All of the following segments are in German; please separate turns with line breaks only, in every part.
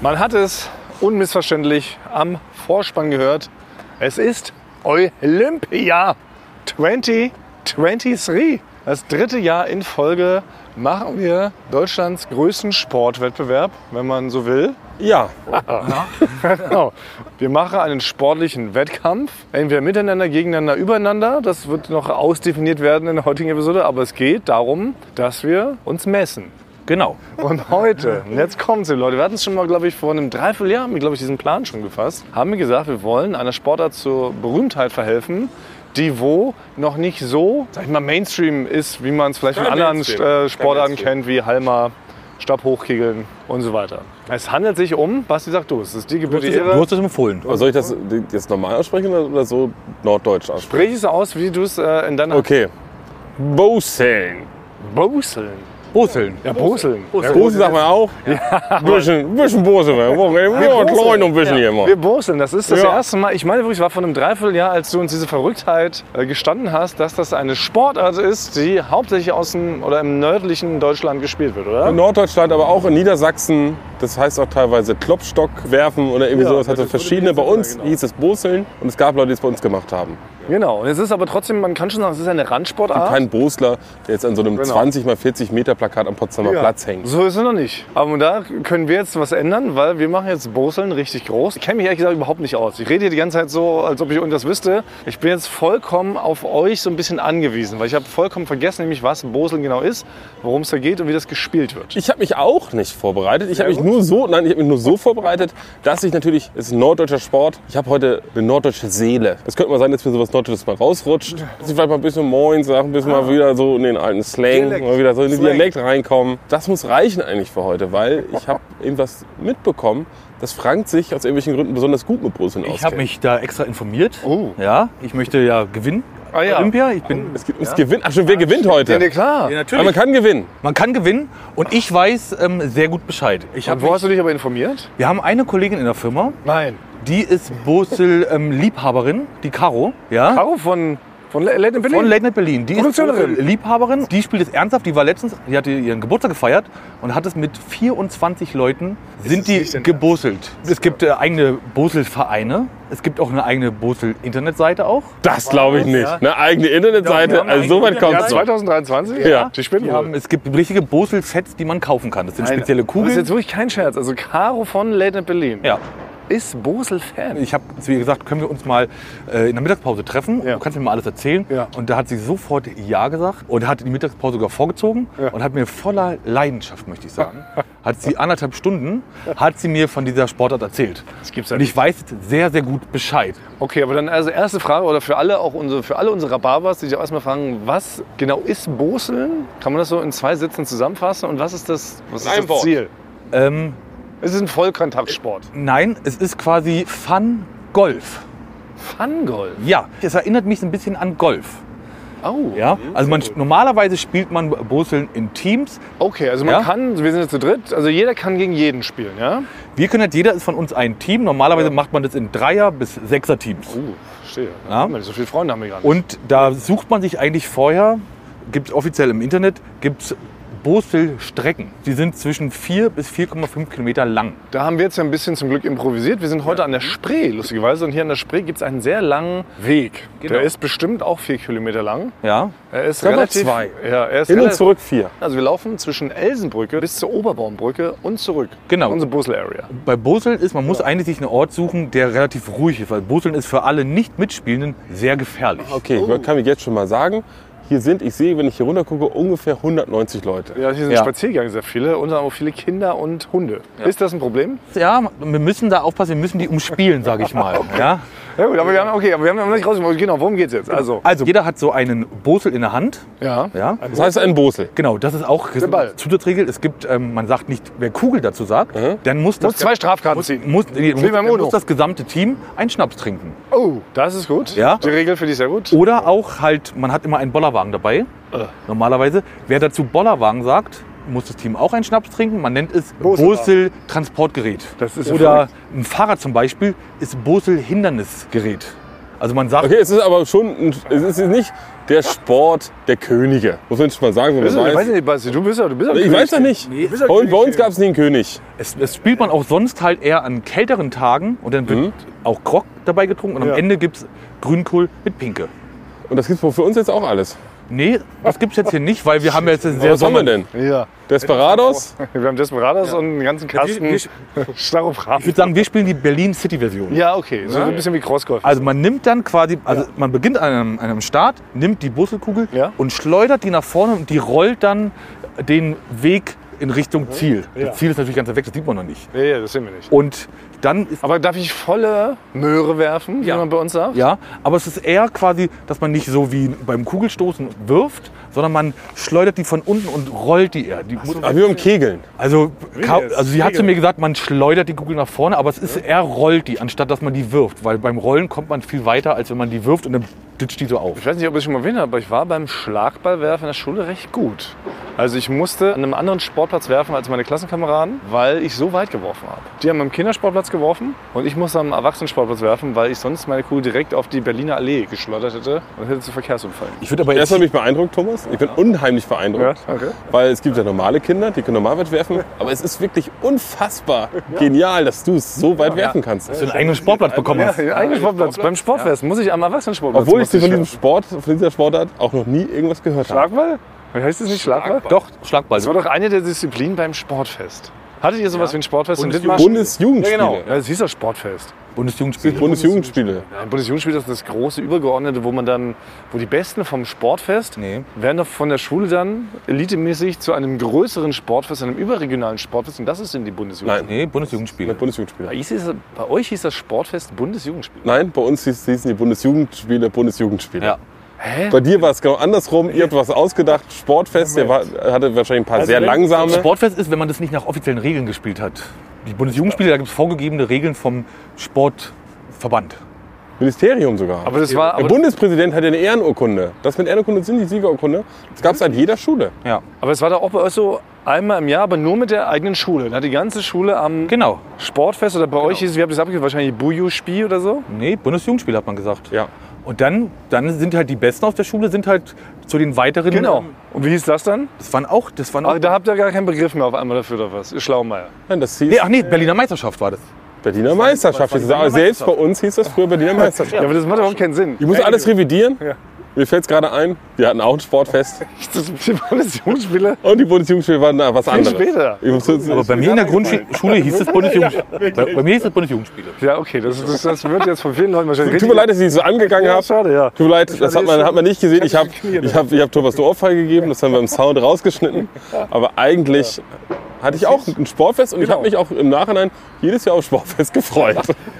Man hat es unmissverständlich am Vorspann gehört. Es ist Olympia 2023. Das dritte Jahr in Folge machen wir Deutschlands größten Sportwettbewerb, wenn man so will.
Ja,
Genau. Wir machen einen sportlichen Wettkampf. Entweder miteinander, gegeneinander, übereinander. Das wird noch ausdefiniert werden in der heutigen Episode. Aber es geht darum, dass wir uns messen.
genau.
Und heute, und jetzt kommen sie, Leute. Wir hatten es schon mal, glaube ich, vor einem Dreivierteljahr, haben wir, glaube ich, diesen Plan schon gefasst. Haben wir gesagt, wir wollen einer Sportart zur Berühmtheit verhelfen, die wo noch nicht so, sag ich mal, Mainstream ist, wie man es vielleicht in
Kein
anderen
Mainstream.
äh, Sportarten
Mainstream.
kennt, wie Halma, Stabhochkegeln und so weiter. Es handelt sich um, Basti sagt du, es ist die Gebühr, die Ehre.
Du hast es empfohlen.
Aber Soll ich das jetzt normal aussprechen oder- oder so norddeutsch aussprechen?
Sprich es aus, wie du es äh, in deiner
Okay. Boseln.
Boseln.
Boseln.
Ja, Boseln. Ja,
Boseln sagt man auch. Ein bisschen, bisschen Boseln. Wir machen ja, klein und ein bisschen hier
Wir
mal.
boseln, das ist das
Ja.
erste Mal. Ich meine wirklich, es war vor einem Dreivierteljahr, als du uns diese Verrücktheit äh, gestanden hast, dass das eine Sportart ist, die hauptsächlich aus dem oder im nördlichen Deutschland gespielt wird, oder?
In Norddeutschland, aber auch in Niedersachsen. Das heißt auch teilweise Klopstock werfen oder irgendwie
Ja,
sowas.
das
Hatte
wurde
verschiedene. Bei
Niedersachsen,
uns
genau.
hieß es Boseln und es gab Leute, die es bei uns gemacht haben.
Genau. Und es ist aber trotzdem, man kann schon sagen, es ist eine Randsportart.
Kein Bosler, der jetzt an so einem 20 x 40 Meter Plakat am Potsdamer
Genau. Ja.
Platz hängt.
So ist es noch nicht. Aber da können wir jetzt was ändern, weil wir machen jetzt Boseln richtig groß. Ich kenne mich ehrlich gesagt überhaupt nicht aus. Ich rede hier die ganze Zeit so, als ob ich irgendwas wüsste. Ich bin jetzt vollkommen auf euch so ein bisschen angewiesen, weil ich habe vollkommen vergessen, nämlich was Boseln genau ist, worum es da geht und wie das gespielt wird.
Ich habe mich auch nicht vorbereitet. Ich habe mich
gut.
nur so, nein, ich habe mich nur so vorbereitet, dass ich natürlich, es ist ein norddeutscher Sport. Ich habe heute eine norddeutsche Seele. Es könnte mal sein, dass mir sowas Norddeutsches mal rausrutscht. Dass ich vielleicht mal ein bisschen Moin sage, ein bisschen mal wieder so in den alten Slang,
Ah. Dialekt.
mal wieder so in den
Slang.
Dialekt reinkommen. Das muss reichen eigentlich für heute, weil ich habe irgendwas mitbekommen, dass Frank sich aus irgendwelchen Gründen besonders gut mit Brüssel auskennt.
Ich habe mich da extra informiert.
Oh.
Ja, ich möchte ja gewinnen.
Ah, ja.
Olympia. Ich bin,
Es geht ums Gewinn. Ach schon, wer gewinnt heute?
Ja, nee, klar.
Ja,
Aber man
natürlich.
kann gewinnen.
Man kann gewinnen und ich weiß ähm, sehr gut Bescheid. Ich hab
Und wo
mich-
hast du dich aber informiert?
wir haben eine Kollegin in der Firma,
Nein.
die ist Bosel-Liebhaberin, die Caro. Ja?
Caro von, von Late in Berlin?
Von Late Night Berlin. Die ist
Produktionerin.
äh, Liebhaberin. Die spielt es ernsthaft. Die war letztens, die hatte ihren Geburtstag gefeiert und hat es mit 24 Leuten, sind die
nicht denn
geboselt. Es gibt äh, eigene Bosel-Vereine. Es gibt auch eine eigene Bosel-Internetseite auch.
Das glaube ich nicht. Eine eigene Internetseite.
Ja, wir haben
also so
eine
weit kommt
ja,
es.
2023?
Ja.
Die spinnen
Die
wohl.
haben, es gibt richtige Bosel-Sets, die man kaufen kann. Das sind
Nein,
spezielle
Das ist
Kugeln.
jetzt wirklich kein Scherz. Also Caro von Late in Berlin
Ja.
ist Bosel-Fan.
Ich habe zu ihr gesagt, können wir uns mal äh, in der Mittagspause treffen?
Ja.
Du kannst mir mal alles erzählen.
Ja.
Und da hat sie sofort Ja gesagt und hat die Mittagspause sogar vorgezogen und hat mir voller Leidenschaft, möchte ich sagen, hat sie anderthalb Stunden, hat sie mir von dieser Sportart erzählt.
Das gibt's ja
Und ich weiß jetzt sehr, sehr gut Bescheid.
Okay, aber dann also erste Frage oder für alle auch unsere, für alle unsere Rhabarbers, die sich auch erstmal fragen, was genau ist Boseln? Kann man das so in zwei Sätzen zusammenfassen? Und was ist das, was ist
Ein
das
Wort.
Ziel?
Ähm,
Es ist ein Vollkontaktsport.
nein, es ist quasi Fun Golf.
Fangolf.
Ja, es erinnert mich ein bisschen an Golf.
Oh.
Ja? Also man, normalerweise spielt man Boseln in Teams.
Okay, also man
Ja.
kann, wir sind jetzt zu dritt, also jeder kann gegen jeden spielen, ja?
Wir können halt, jeder ist von uns ein Team. Normalerweise macht man das in Dreier- bis Sechser-Teams.
Uh, verstehe.
Ja.
Moment, So viele Freunde haben wir gar nicht.
Und da sucht man sich eigentlich vorher, gibt es offiziell im Internet, gibt es Bosel-Strecken. Die sind zwischen 4 bis 4,5 Kilometer lang.
Da haben wir jetzt ja ein bisschen zum Glück improvisiert. Wir sind heute an der Spree, lustigerweise. Und hier an der Spree gibt es einen sehr langen Weg.
Genau.
Der ist bestimmt auch vier Kilometer lang.
Ja.
Er ist
Sogar
relativ...
zwei.
Ja, er ist
Hin und
relativ-
zurück vier.
Also wir laufen zwischen Elsenbrücke bis zur Oberbaumbrücke und zurück.
Genau.
Unsere Busel-Area.
Bei Boseln ist, man muss eigentlich sich einen Ort suchen, der relativ ruhig ist, weil Boseln ist für alle Nicht-Mitspielenden sehr gefährlich.
Okay, ich kann ich jetzt schon mal sagen, hier sind, ich sehe, wenn ich hier runter gucke, ungefähr 190 Leute.
Ja, hier sind
Ja.
Spaziergänge sehr viele, unter anderem auch viele Kinder und Hunde. Ist das ein Problem?
Ja, wir müssen da aufpassen, wir müssen die umspielen, sage ich mal. Ja?
Ja gut, aber wir haben, okay, aber wir haben noch nicht rausgekommen. Genau, worum geht's jetzt? Also,
Also jeder hat so einen Bosel in der Hand.
ja.
Ja?
Das heißt ein Bosel.
Genau, das ist auch
Ball.
Zusatzregel. Es gibt, ähm, man sagt nicht, wer Kugel dazu sagt, dann muss das
Muss zwei Strafkarten ziehen.
muss, nee, muss,
wie beim
dann
Uno.
muss das gesamte Team einen Schnaps trinken.
Oh, das ist gut.
Ja.
Die Regel finde ich sehr gut.
Oder auch halt, man hat immer einen Bollerwagen dabei,
Äh.
normalerweise. Wer dazu Bollerwagen sagt, muss das Team auch einen Schnaps trinken. Man nennt es
Boselwagen.
Bosel-Transportgerät.
Das ist
Oder ein Fahrrad zum Beispiel ist Bosel-Hindernisgerät. Also man sagt,
Okay, es ist aber schon, ein, es ist jetzt nicht der Sport der Könige. Muss man schon mal sagen, wenn
Bist du,
man
ich weiß
weiß.
nicht, Basti, du bist ja, du bist ja
Ich weiß das nicht.
Nee.
Bist ja
Und bei uns
König.
gab es nie einen König.
es, es spielt man auch sonst halt eher an kälteren Tagen und dann wird auch Grog dabei getrunken und
Mhm. Ja.
am Ende gibt es Grünkohl mit Pinke.
Und das gibt's für uns jetzt auch alles.
Nee, das gibt es jetzt hier nicht, weil wir haben jetzt einen sehr
was haben wir denn?
Ja.
Desperados?
Wir haben Desperados und einen ganzen Kasten
ich-
Staropram.
Ich würde sagen, wir spielen die Berlin City Version.
Ja, okay. So ein bisschen wie Crossgolf.
Also man nimmt dann quasi, also man beginnt an einem, an einem Start, nimmt die Busselkugel
Ja.
und schleudert die nach vorne und die rollt dann den Weg in Richtung Ziel.
Mhm. Ja.
Das Ziel ist natürlich ganz weg, das sieht man noch nicht.
Nee, das sehen wir nicht.
Und dann ist
Aber darf ich volle Möhre werfen, wie
Ja.
man bei uns sagt?
Ja, aber es ist eher quasi, dass man nicht so wie beim Kugelstoßen wirft, sondern man schleudert die von unten und rollt die eher. Die muss-
Ah, wie beim Kegeln.
also, ka-
jetzt?
also sie hat zu
Regel.
mir gesagt, man schleudert die Kugel nach vorne, aber es ist eher rollt die, anstatt dass man die wirft. Weil beim Rollen kommt man viel weiter, als wenn man die wirft und dann ditcht die so auf.
Ich weiß nicht, ob ich schon mal erwähnt habe, aber ich war beim Schlagballwerfen in der Schule recht gut. Also ich musste an einem anderen Sportplatz werfen als meine Klassenkameraden, weil ich so weit geworfen habe. Die haben am Kindersportplatz geworfen und ich musste am Erwachsenensportplatz werfen, weil ich sonst meine Kugel direkt auf die Berliner Allee geschleudert hätte und hätte zu Verkehrsunfällen.
Ich würde aber jetzt,
Erst hat mich beeindruckt, Thomas. Ich bin unheimlich beeindruckt.
Ja, okay.
Weil es gibt ja normale Kinder, die können normal weit werfen. Aber es ist wirklich unfassbar genial, dass du es so weit werfen kannst.
einen eigenen Sportplatz bekommen hast.
Ja, eigentlich Sportplatz. Beim Sportfest muss ich am Erwachsenensportplatz.
Obwohl ich
musste
sie von diesem
werfen.
Sport, von dieser Sportart auch noch nie irgendwas gehört habe.
Schlagball? Heißt das nicht Schlagball?
Doch, Schlagball.
Das war doch eine der Disziplinen beim Sportfest. Hattet ihr sowas wie ein Sportfest in Dithmarschen? Ja,
Bundesjugendspiele.
genau. Ja, das hieß doch Sportfest.
Bundesjugendspiel.
Bundesjugendspiele.
Ein Bundesjugendspiel das ist das große Übergeordnete, wo man dann, wo die Besten vom Sportfest
Nee.
werden doch von der Schule dann elitemäßig zu einem größeren Sportfest, einem überregionalen Sportfest und das ist in die Bundesjugend.
Nein.
Nee, Bundesjugendspiel.
Bei,
Bundesjugendspiele.
hieß es, bei euch hieß das Sportfest Bundesjugendspiel.
Nein, bei uns hieß- hießen die Bundesjugendspiele Bundesjugendspiele.
Ja.
Hä?
Bei dir war es genau andersrum. Ihr habt was ausgedacht. Sportfest. Der war, hatte wahrscheinlich ein paar sehr
Also wenn-
langsame.
Sportfest ist, wenn man das nicht nach offiziellen Regeln gespielt hat. Die Bundesjugendspiele, da gibt es vorgegebene Regeln vom Sportverband.
Ministerium sogar.
Aber das war,
der
aber,
Bundespräsident hat ja eine Ehrenurkunde. Das mit Ehrenurkunde sind die Siegerurkunde. Das gab es an jeder Schule.
Ja,
aber es war doch auch bei euch so einmal im Jahr, aber nur mit der eigenen Schule. Da hat die ganze Schule am
genau.
Sportfest oder bei euch hieß es, wie habt ihr das abgegeben? Wahrscheinlich Buju-Spiel oder so?
Nee, Bundesjugendspiel hat man gesagt.
Ja.
Und dann, dann sind halt die Besten aus der Schule, sind halt zu den weiteren.
Genau.
ähm,
Und wie hieß das dann?
Das waren auch, das waren auch.
Also
Ach, da habt ihr gar keinen Begriff mehr auf einmal dafür oder was? Ihr Schlaumeier.
Nein, das hieß
nee, ach nee, Berliner Meisterschaft war das.
Berliner Meisterschaft.
das war die
Aber selbst bei
Meisterschaft.
uns hieß das früher Berliner
Ja,
Meisterschaft.
aber das macht überhaupt keinen Sinn.
Ich muss alles revidieren.
Ja.
Mir fällt es gerade ein, wir hatten auch ein Sportfest.
Das sind die Bundesjugendspiele.
Und die Bundesjugendspiele waren da was anderes.
später.
Ich muss,
Aber bei mir in der Grundschule hieß es Bundesjugendspiele. bei, bei mir hieß es Bundesjugendspiele.
Ja, okay, das, das, das wird jetzt von vielen Leuten wahrscheinlich
Tut mir leid, dass ich dich so angegangen
Ja,
habe.
schade, ja.
Tut mir leid, das hat man, hat man nicht gesehen. Ich habe
Ich hab-
ich hab, ich hab Thomas eine Ohrfeige gegeben, das haben wir im Sound rausgeschnitten. Aber eigentlich hatte ich auch ein Sportfest und ich
Genau.
habe mich auch im Nachhinein jedes Jahr auf Sportfest gefreut.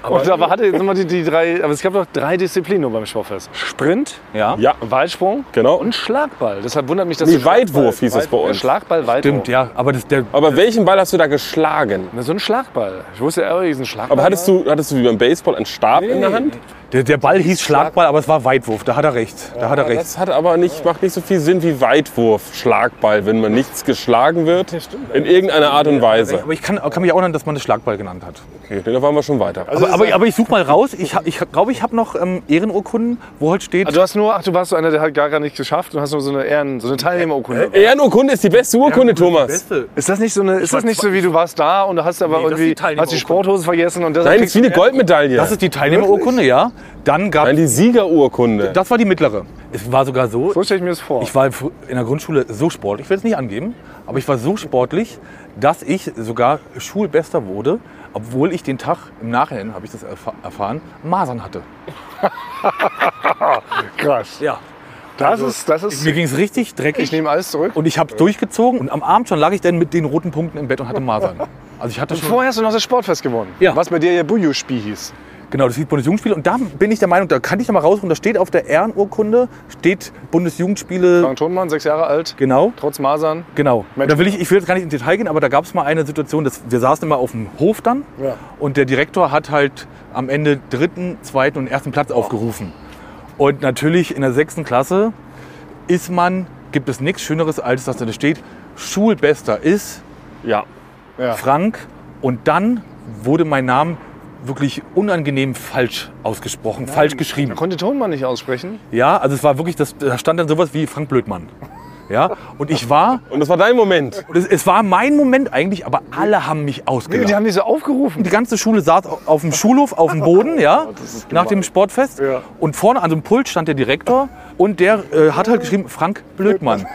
Und aber hatte jetzt immer die, die drei, aber es gab doch drei Disziplinen nur beim Sportfest. Sprint,
Ja?
Ja,
Weitsprung
genau.
und Schlagball. Deshalb wundert mich, dass
Nee,
du Schlagball-
Weitwurf hieß es bei
Ja,
uns.
Schlagball, Weitwurf.
Stimmt, ja. Aber das, der,
Aber welchen Ball hast du da geschlagen?
Na, so ein Schlagball. Ich wusste, er ist ein Schlagball.
Aber hattest du, hattest du wie beim Baseball einen Stab in der Hand?
der, der Ball hieß Schlagball, aber es war Weitwurf. Da hat er recht. Da hat er recht.
Das hat aber nicht, macht nicht so viel Sinn wie Weitwurf, Schlagball, wenn man nichts geschlagen wird. In irgendeiner Art und Weise.
Aber ich kann, kann mich auch erinnern, dass man das Schlagball genannt hat.
Okay, da waren wir schon weiter.
Aber, aber, aber ich suche mal raus. Ich glaube, ich, glaub, ich habe noch ähm, Ehrenurkunden, wo halt steht.
Also du hast nur, ach, du warst so einer, der hat gar, gar nicht geschafft und hast nur so eine Ehren, so eine
Äh,
Teilnehmerurkunde.
Ehrenurkunde ist die beste Urkunde, Thomas.
Beste.
Ist das nicht so eine, ist das nicht so wie du warst da und hast aber
Nee, das ist die
irgendwie, hast die
Teilnehmerurkunde.
Sporthose vergessen und das
Nein, das ist wie eine Goldmedaille.
Das ist die Teilnehmerurkunde, ja. Dann gab
Nein, die Siegerurkunde.
Das war die mittlere. Es war sogar so,
So stelle ich mir das vor.
ich war fr- in der Grundschule so sportlich, ich will es nicht angeben, aber ich war so sportlich, dass ich sogar Schulbester wurde, obwohl ich den Tag, im Nachhinein habe ich das erfa erfahren, Masern hatte.
krass.
Ja.
Das
Also,
ist, das ist,
Mir ging es richtig
ich
dreckig
nehme alles zurück.
und ich habe durchgezogen und am Abend schon lag ich dann mit den roten Punkten im Bett und hatte Masern. Also ich hatte schon,
Hm. Vorher hast du noch das Sportfest gewonnen.
Ja.
Was bei dir ja Buju-Spiel hieß.
genau, das hieß Bundesjugendspiele und da bin ich der Meinung, da kann ich nochmal rausholen, da steht auf der Ehrenurkunde, steht Bundesjugendspiele,
Frank Thunmann, sechs Jahre alt,
genau.
trotz Masern.
Genau.
Mensch.
Da will ich, ich will jetzt gar nicht ins Detail gehen, aber da gab es mal eine Situation, dass wir saßen immer auf dem Hof dann
Ja.
und der Direktor hat halt am Ende dritten, zweiten und ersten Platz aufgerufen. Und natürlich in der sechsten Klasse ist man, gibt es nichts Schöneres, als dass da steht, Schulbester ist
Ja.
Ja.
Frank und dann wurde mein Name wirklich unangenehm falsch ausgesprochen, falsch geschrieben.
Er konnte Tonmann nicht aussprechen.
Ja, also es war wirklich, das, da stand dann sowas wie Frank Blödmann. Ja, und ich war,
Und das war dein Moment.
es, es war mein Moment eigentlich, aber alle haben mich ausgelacht.
Die haben die so aufgerufen.
die ganze Schule saß au- auf dem Schulhof, auf dem Boden, ja, nach dem Sportfest.
Ja.
Und vorne an so einem Pult stand der Direktor und der äh, hat halt geschrieben, Frank Blödmann.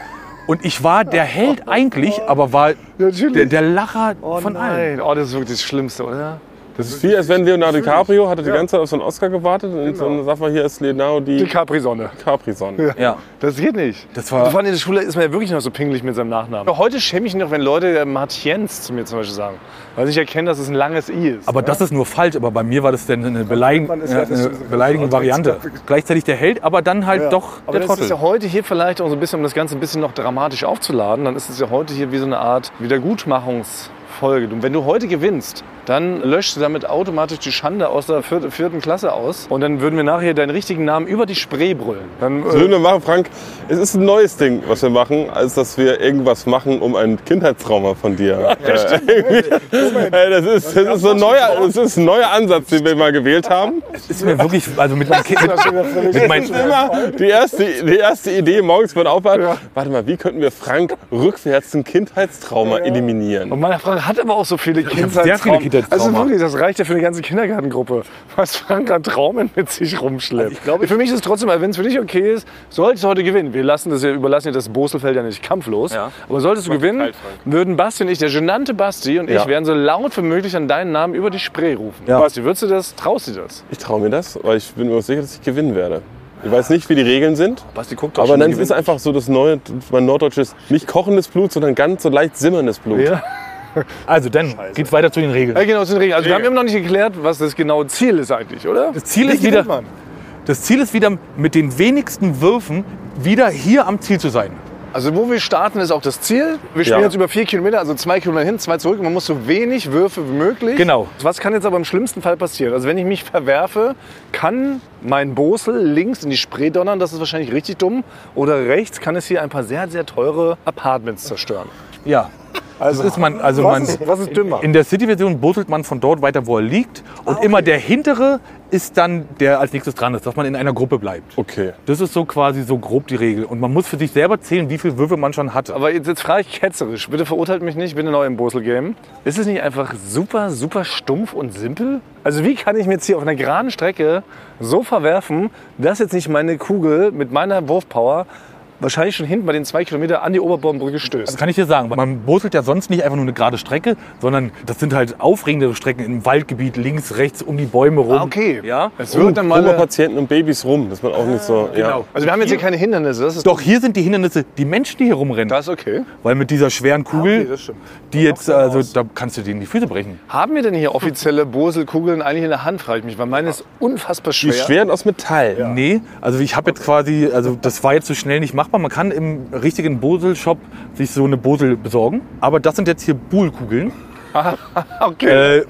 Und ich war der Held eigentlich, aber war
Natürlich.
der, der Lacher von allen.
nein. Oh, das ist wirklich das Schlimmste, oder?
Das ist viel, als wenn Leonardo DiCaprio hatte die ganze Zeit auf so einen Oscar gewartet und dann sagt man, hier ist Leonardo
Die
Di
Capri-Sonne.
Capri-Sonne.
Ja.
Das geht nicht.
Das war-
Und Vor allem in der Schule ist man ja wirklich noch so pingelig mit seinem Nachnamen. Heute schäme ich mich noch, wenn Leute äh, Martiens zu mir zum Beispiel sagen. Weil ich erkenne, dass es ein langes I ist.
Aber das ist nur falsch, aber bei mir war das dann eine, beleidig
Blödmann ist
äh,
halt nicht
eine
so diese
beleidigende
ganze
Variante.
Ausdrucksklappe.
Gleichzeitig der Held, aber dann halt doch
Aber
der
das ist
Trottel.
ja heute hier vielleicht auch so ein bisschen, um das Ganze ein bisschen noch dramatisch aufzuladen, dann ist es ja heute hier wie so eine Art Wiedergutmachungsfolge. Und wenn du heute gewinnst, dann löschst du damit automatisch die Schande aus der vier- vierten Klasse aus. Und dann würden wir nachher deinen richtigen Namen über die Spree brüllen. Dann, äh,
Das würden wir machen, Also, Frank. Es ist ein neues Ding, was wir machen, als dass wir irgendwas machen, um ein Kindheitstrauma von dir. Ja, das ist, das ist so ein neuer, das ist ein neuer Ansatz, den wir mal gewählt haben.
Ist mir wirklich, also mit meinem Kind, mit, mit
Das ist
meinem
immer die erste, die erste Idee morgens beim Aufwachen. Warte mal, wie könnten wir Frank rückwärts ein Kindheitstrauma eliminieren?
und meine Frau hat aber auch so viele Kindheitstraum.
sehr viele Kindheitstrauma.
Also wirklich, das reicht ja für eine ganze Kindergartengruppe, was Frank an Traumen mit sich rumschleppt.
Also
ich glaube, für mich ist es trotzdem, also wenn es für dich okay ist, solltest du heute gewinnen. Wir lassen das ja, überlassen ja das Boselfeld ja nicht kampflos.
Ja.
Aber solltest du gewinnen,
kalt, Frank.
würden Basti und ich, der genannte Basti und
Ja.
ich, werden so laut wie möglich an deinen Namen über die Spree rufen.
Ja.
Basti, würdest du das? Traust du das?
Ich traue mir das, weil ich bin mir sicher, dass ich gewinnen werde. Ich weiß nicht, wie die Regeln sind.
Basti guckt
Aber dann ist einfach so das neue, mein norddeutsches, nicht kochendes Blut, sondern ganz so leicht simmerndes Blut.
Ja.
Also dann geht's weiter zu den Regeln.
Ja, genau, zu den Regeln. Also wir haben immer noch nicht geklärt, was das genaue Ziel ist eigentlich, oder?
Das Ziel ist wieder, Das Ziel ist wieder mit den wenigsten Würfen wieder hier am Ziel zu sein.
Also wo wir starten, ist auch das Ziel. Wir spielen
Ja.
jetzt über vier Kilometer, also zwei Kilometer hin, zwei zurück. Man muss so wenig Würfe wie möglich.
Genau.
Was kann jetzt aber im schlimmsten Fall passieren? Also wenn ich mich verwerfe, kann mein Bosel links in die Spree donnern. Das ist wahrscheinlich richtig dumm. Oder rechts kann es hier ein paar sehr, sehr teure Apartments zerstören.
Ja. Also, das ist man, also
was
man,
ist- was ist dümmer?
In der City-Version buddelt man von dort weiter, wo er liegt. Und
Ah,
immer der hintere ist dann der als nächstes dran ist, dass man in einer Gruppe bleibt.
Okay.
Das ist so quasi so grob die Regel. Und man muss für sich selber zählen, wie viele Würfe man schon hatte.
Aber jetzt, jetzt frage ich ketzerisch. Bitte verurteilt mich nicht, ich bin neu im Bosel-Game. Ist es nicht einfach super, super stumpf und simpel? Also wie kann ich mir jetzt hier auf einer geraden Strecke so verwerfen, dass jetzt nicht meine Kugel mit meiner Wurfpower wahrscheinlich schon hinten bei den zwei Kilometer an die Oberbaumbrücke
Das
stößt?
kann ich dir sagen. weil Man boselt ja sonst nicht einfach nur eine gerade Strecke, sondern das sind halt aufregendere Strecken im Waldgebiet, links, rechts, um die Bäume rum.
Ah, okay.
Ja.
Es wird dann mal... äh, eine-
Koma-Patienten und Babys rum, dass man auch nicht so. Ja.
Genau.
Also wir haben jetzt hier keine Hindernisse. Das ist
Doch hier sind die Hindernisse, die Menschen, die hier rumrennen.
Das ist okay.
Weil mit dieser schweren
Ah,
Kugel, die jetzt, also da kannst du denen die Füße brechen.
Haben wir denn hier offizielle Boselkugeln eigentlich in der Hand, frage ich mich, weil meine ist unfassbar
Die
schwer.
schweren aus Metall.
Nee, also ich habe jetzt quasi, also das war jetzt so schnell nicht machbar. Man kann im richtigen Bosel-Shop sich so eine Bosel besorgen. Aber das sind jetzt hier Buhlkugeln.
Okay.
Äh,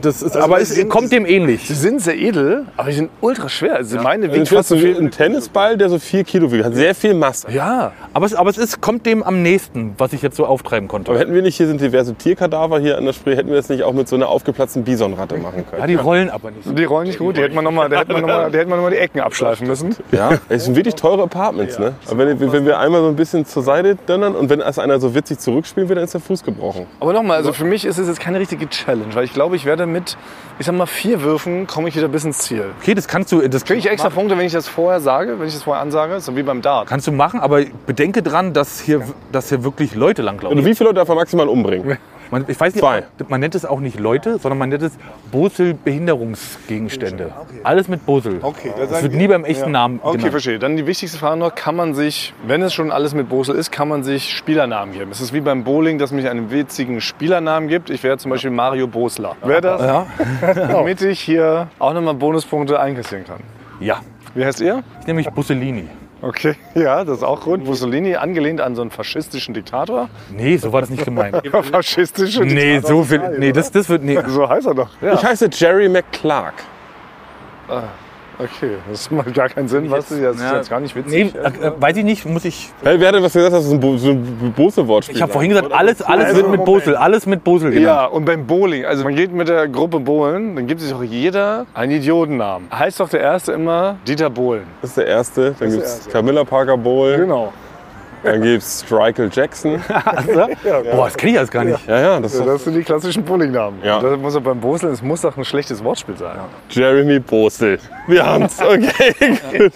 das ist, aber
die
es
sind-
kommt dem ähnlich.
Die sind sehr edel, aber die sind ultra schwer. Also meine
Also
wiegt
du
fast
hast so
so
einen
viel.
Tennisball, der so 4 Kilo wiegt. Hat sehr viel Masse.
Ja.
Aber es, aber es ist, kommt dem am nächsten, was ich jetzt so auftreiben konnte.
Aber hätten wir nicht, hier sind diverse Tierkadaver hier an der Spree, hätten wir das nicht auch mit so einer aufgeplatzten Bisonratte machen
Ja,
können.
die rollen aber nicht.
Die rollen nicht gut, die hätten man nochmal noch die Ecken abschleifen müssen.
Ja. Es sind wirklich teure Apartments, ne? Aber wenn, wenn wir einmal so ein bisschen zur Seite donnern und wenn erst einer so witzig zurückspielen will, dann ist der Fuß gebrochen.
Aber nochmal, also für mich ist es jetzt keine richtige Challenge, weil ich glaube, ich werde mit, ich sag mal, vier Würfen komme ich wieder bis ins Ziel.
Okay, das kannst du, das
Kriege ich extra Punkte, wenn ich das vorher sage, wenn ich das vorher ansage, so wie beim Dart.
kannst du machen, aber bedenke dran, dass hier, dass hier wirklich Leute langlaufen.
Und wie viele Leute darf man maximal umbringen?
Man, ich weiß nicht,
Zwei.
ob- man nennt es auch nicht Leute, sondern man nennt es Bosel-Behinderungsgegenstände. Alles mit Bosel.
Okay, das
Das wird
sagen
nie beim echten Namen genau.
Okay,
genannt.
verstehe. Dann die wichtigste Frage noch, kann man sich, wenn es schon alles mit Bosel ist, kann man sich Spielernamen geben? Es ist wie beim Bowling, dass mich einen witzigen Spielernamen gibt. Ich wäre zum Beispiel Mario Bosler. Wäre das,
Ja.
damit ich hier auch nochmal Bonuspunkte einkassieren kann.
ja,
Wie heißt ihr?
ich nehme mich Bussolini.
Okay, ja, das ist auch gut. Mussolini angelehnt an so einen faschistischen Diktator.
Nee, so war das nicht gemeint.
Faschistische
Nee, so viel. Nee, das, das wird. Nee.
So heißt er doch. Ja.
Ich heiße Jerry McClark.
Okay, das macht gar keinen Sinn, was? Das ist
Ja.
jetzt gar nicht
Nee,
witzig.
äh, äh, weiß ich nicht, muss ich.
Hey, wer hat was gesagt, dass das ein Bo- so ein Bose-Wortspiel
Ich habe vorhin gesagt, alles, alles
Also,
wird mit
Moment.
Bosel, alles mit Bosel genannt.
Genau. Ja, und beim Bowling, also man geht mit der Gruppe Bohlen, dann gibt sich auch jeder einen Idiotennamen. Heißt doch der erste immer Dieter Bohlen.
Das ist der erste. Dann
ist
gibt
der
es
erste.
Camilla Parker Bowl.
Genau.
Dann gibt es Strikel Jackson.
Boah, das kenne ich alles gar nicht.
Ja, ja, das ist
So,
doch
das sind die klassischen Bowlingnamen.
Ja.
Und Das muss doch beim Boseln, es muss doch ein schlechtes Wortspiel sein.
Jeremy Bosel. Wir haben's. Okay.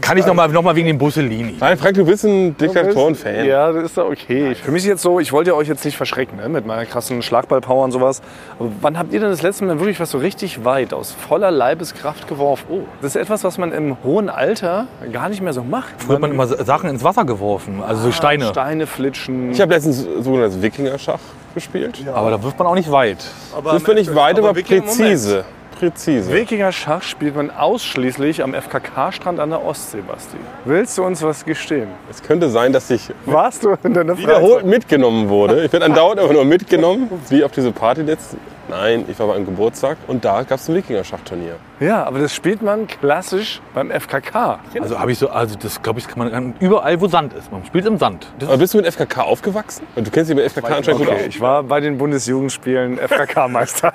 Kann ich nochmal noch mal wegen dem Boselini.
Nein, Frank, du bist ein Diktatoren-Fan.
Ja, das ist doch okay. Für mich ist jetzt so, ich wollte ja euch jetzt nicht verschrecken ne, mit meiner krassen Schlagballpower und sowas. Aber wann habt ihr denn das letzte Mal wirklich was so richtig weit aus voller Leibeskraft geworfen? Oh, das ist etwas, was man im hohen Alter gar nicht mehr so macht.
Früher hat man immer Sachen ins Wasser geworfen, also so Steine.
Steine flitschen.
Ich habe letztens sogenanntes Wikinger-Schach gespielt.
Aber da wirft man auch nicht weit.
aber
Das finde ich weit, aber,
Wikinger-
präzise. Präzise.
Wikinger Schach spielt man ausschließlich am FKK-Strand an der Ostsee, Basti. Willst du uns was gestehen?
Es könnte sein, dass ich
Warst du in deiner
wiederholt
Freizeit?
mitgenommen wurde. Ich werde andauernd einfach nur mitgenommen, wie auf diese Party letztens. Nein, ich war bei einem Geburtstag und da gab es ein Wikinger-Schachturnier.
Ja, aber das spielt man klassisch beim FKK.
Also habe ich so, also das glaube ich, kann man überall, wo Sand ist. Man spielt im Sand. Das
Aber bist du mit FKK aufgewachsen? Du kennst dich mit FKK anscheinend gut
Okay,
aus.
ich war bei den Bundesjugendspielen FKK-Meister.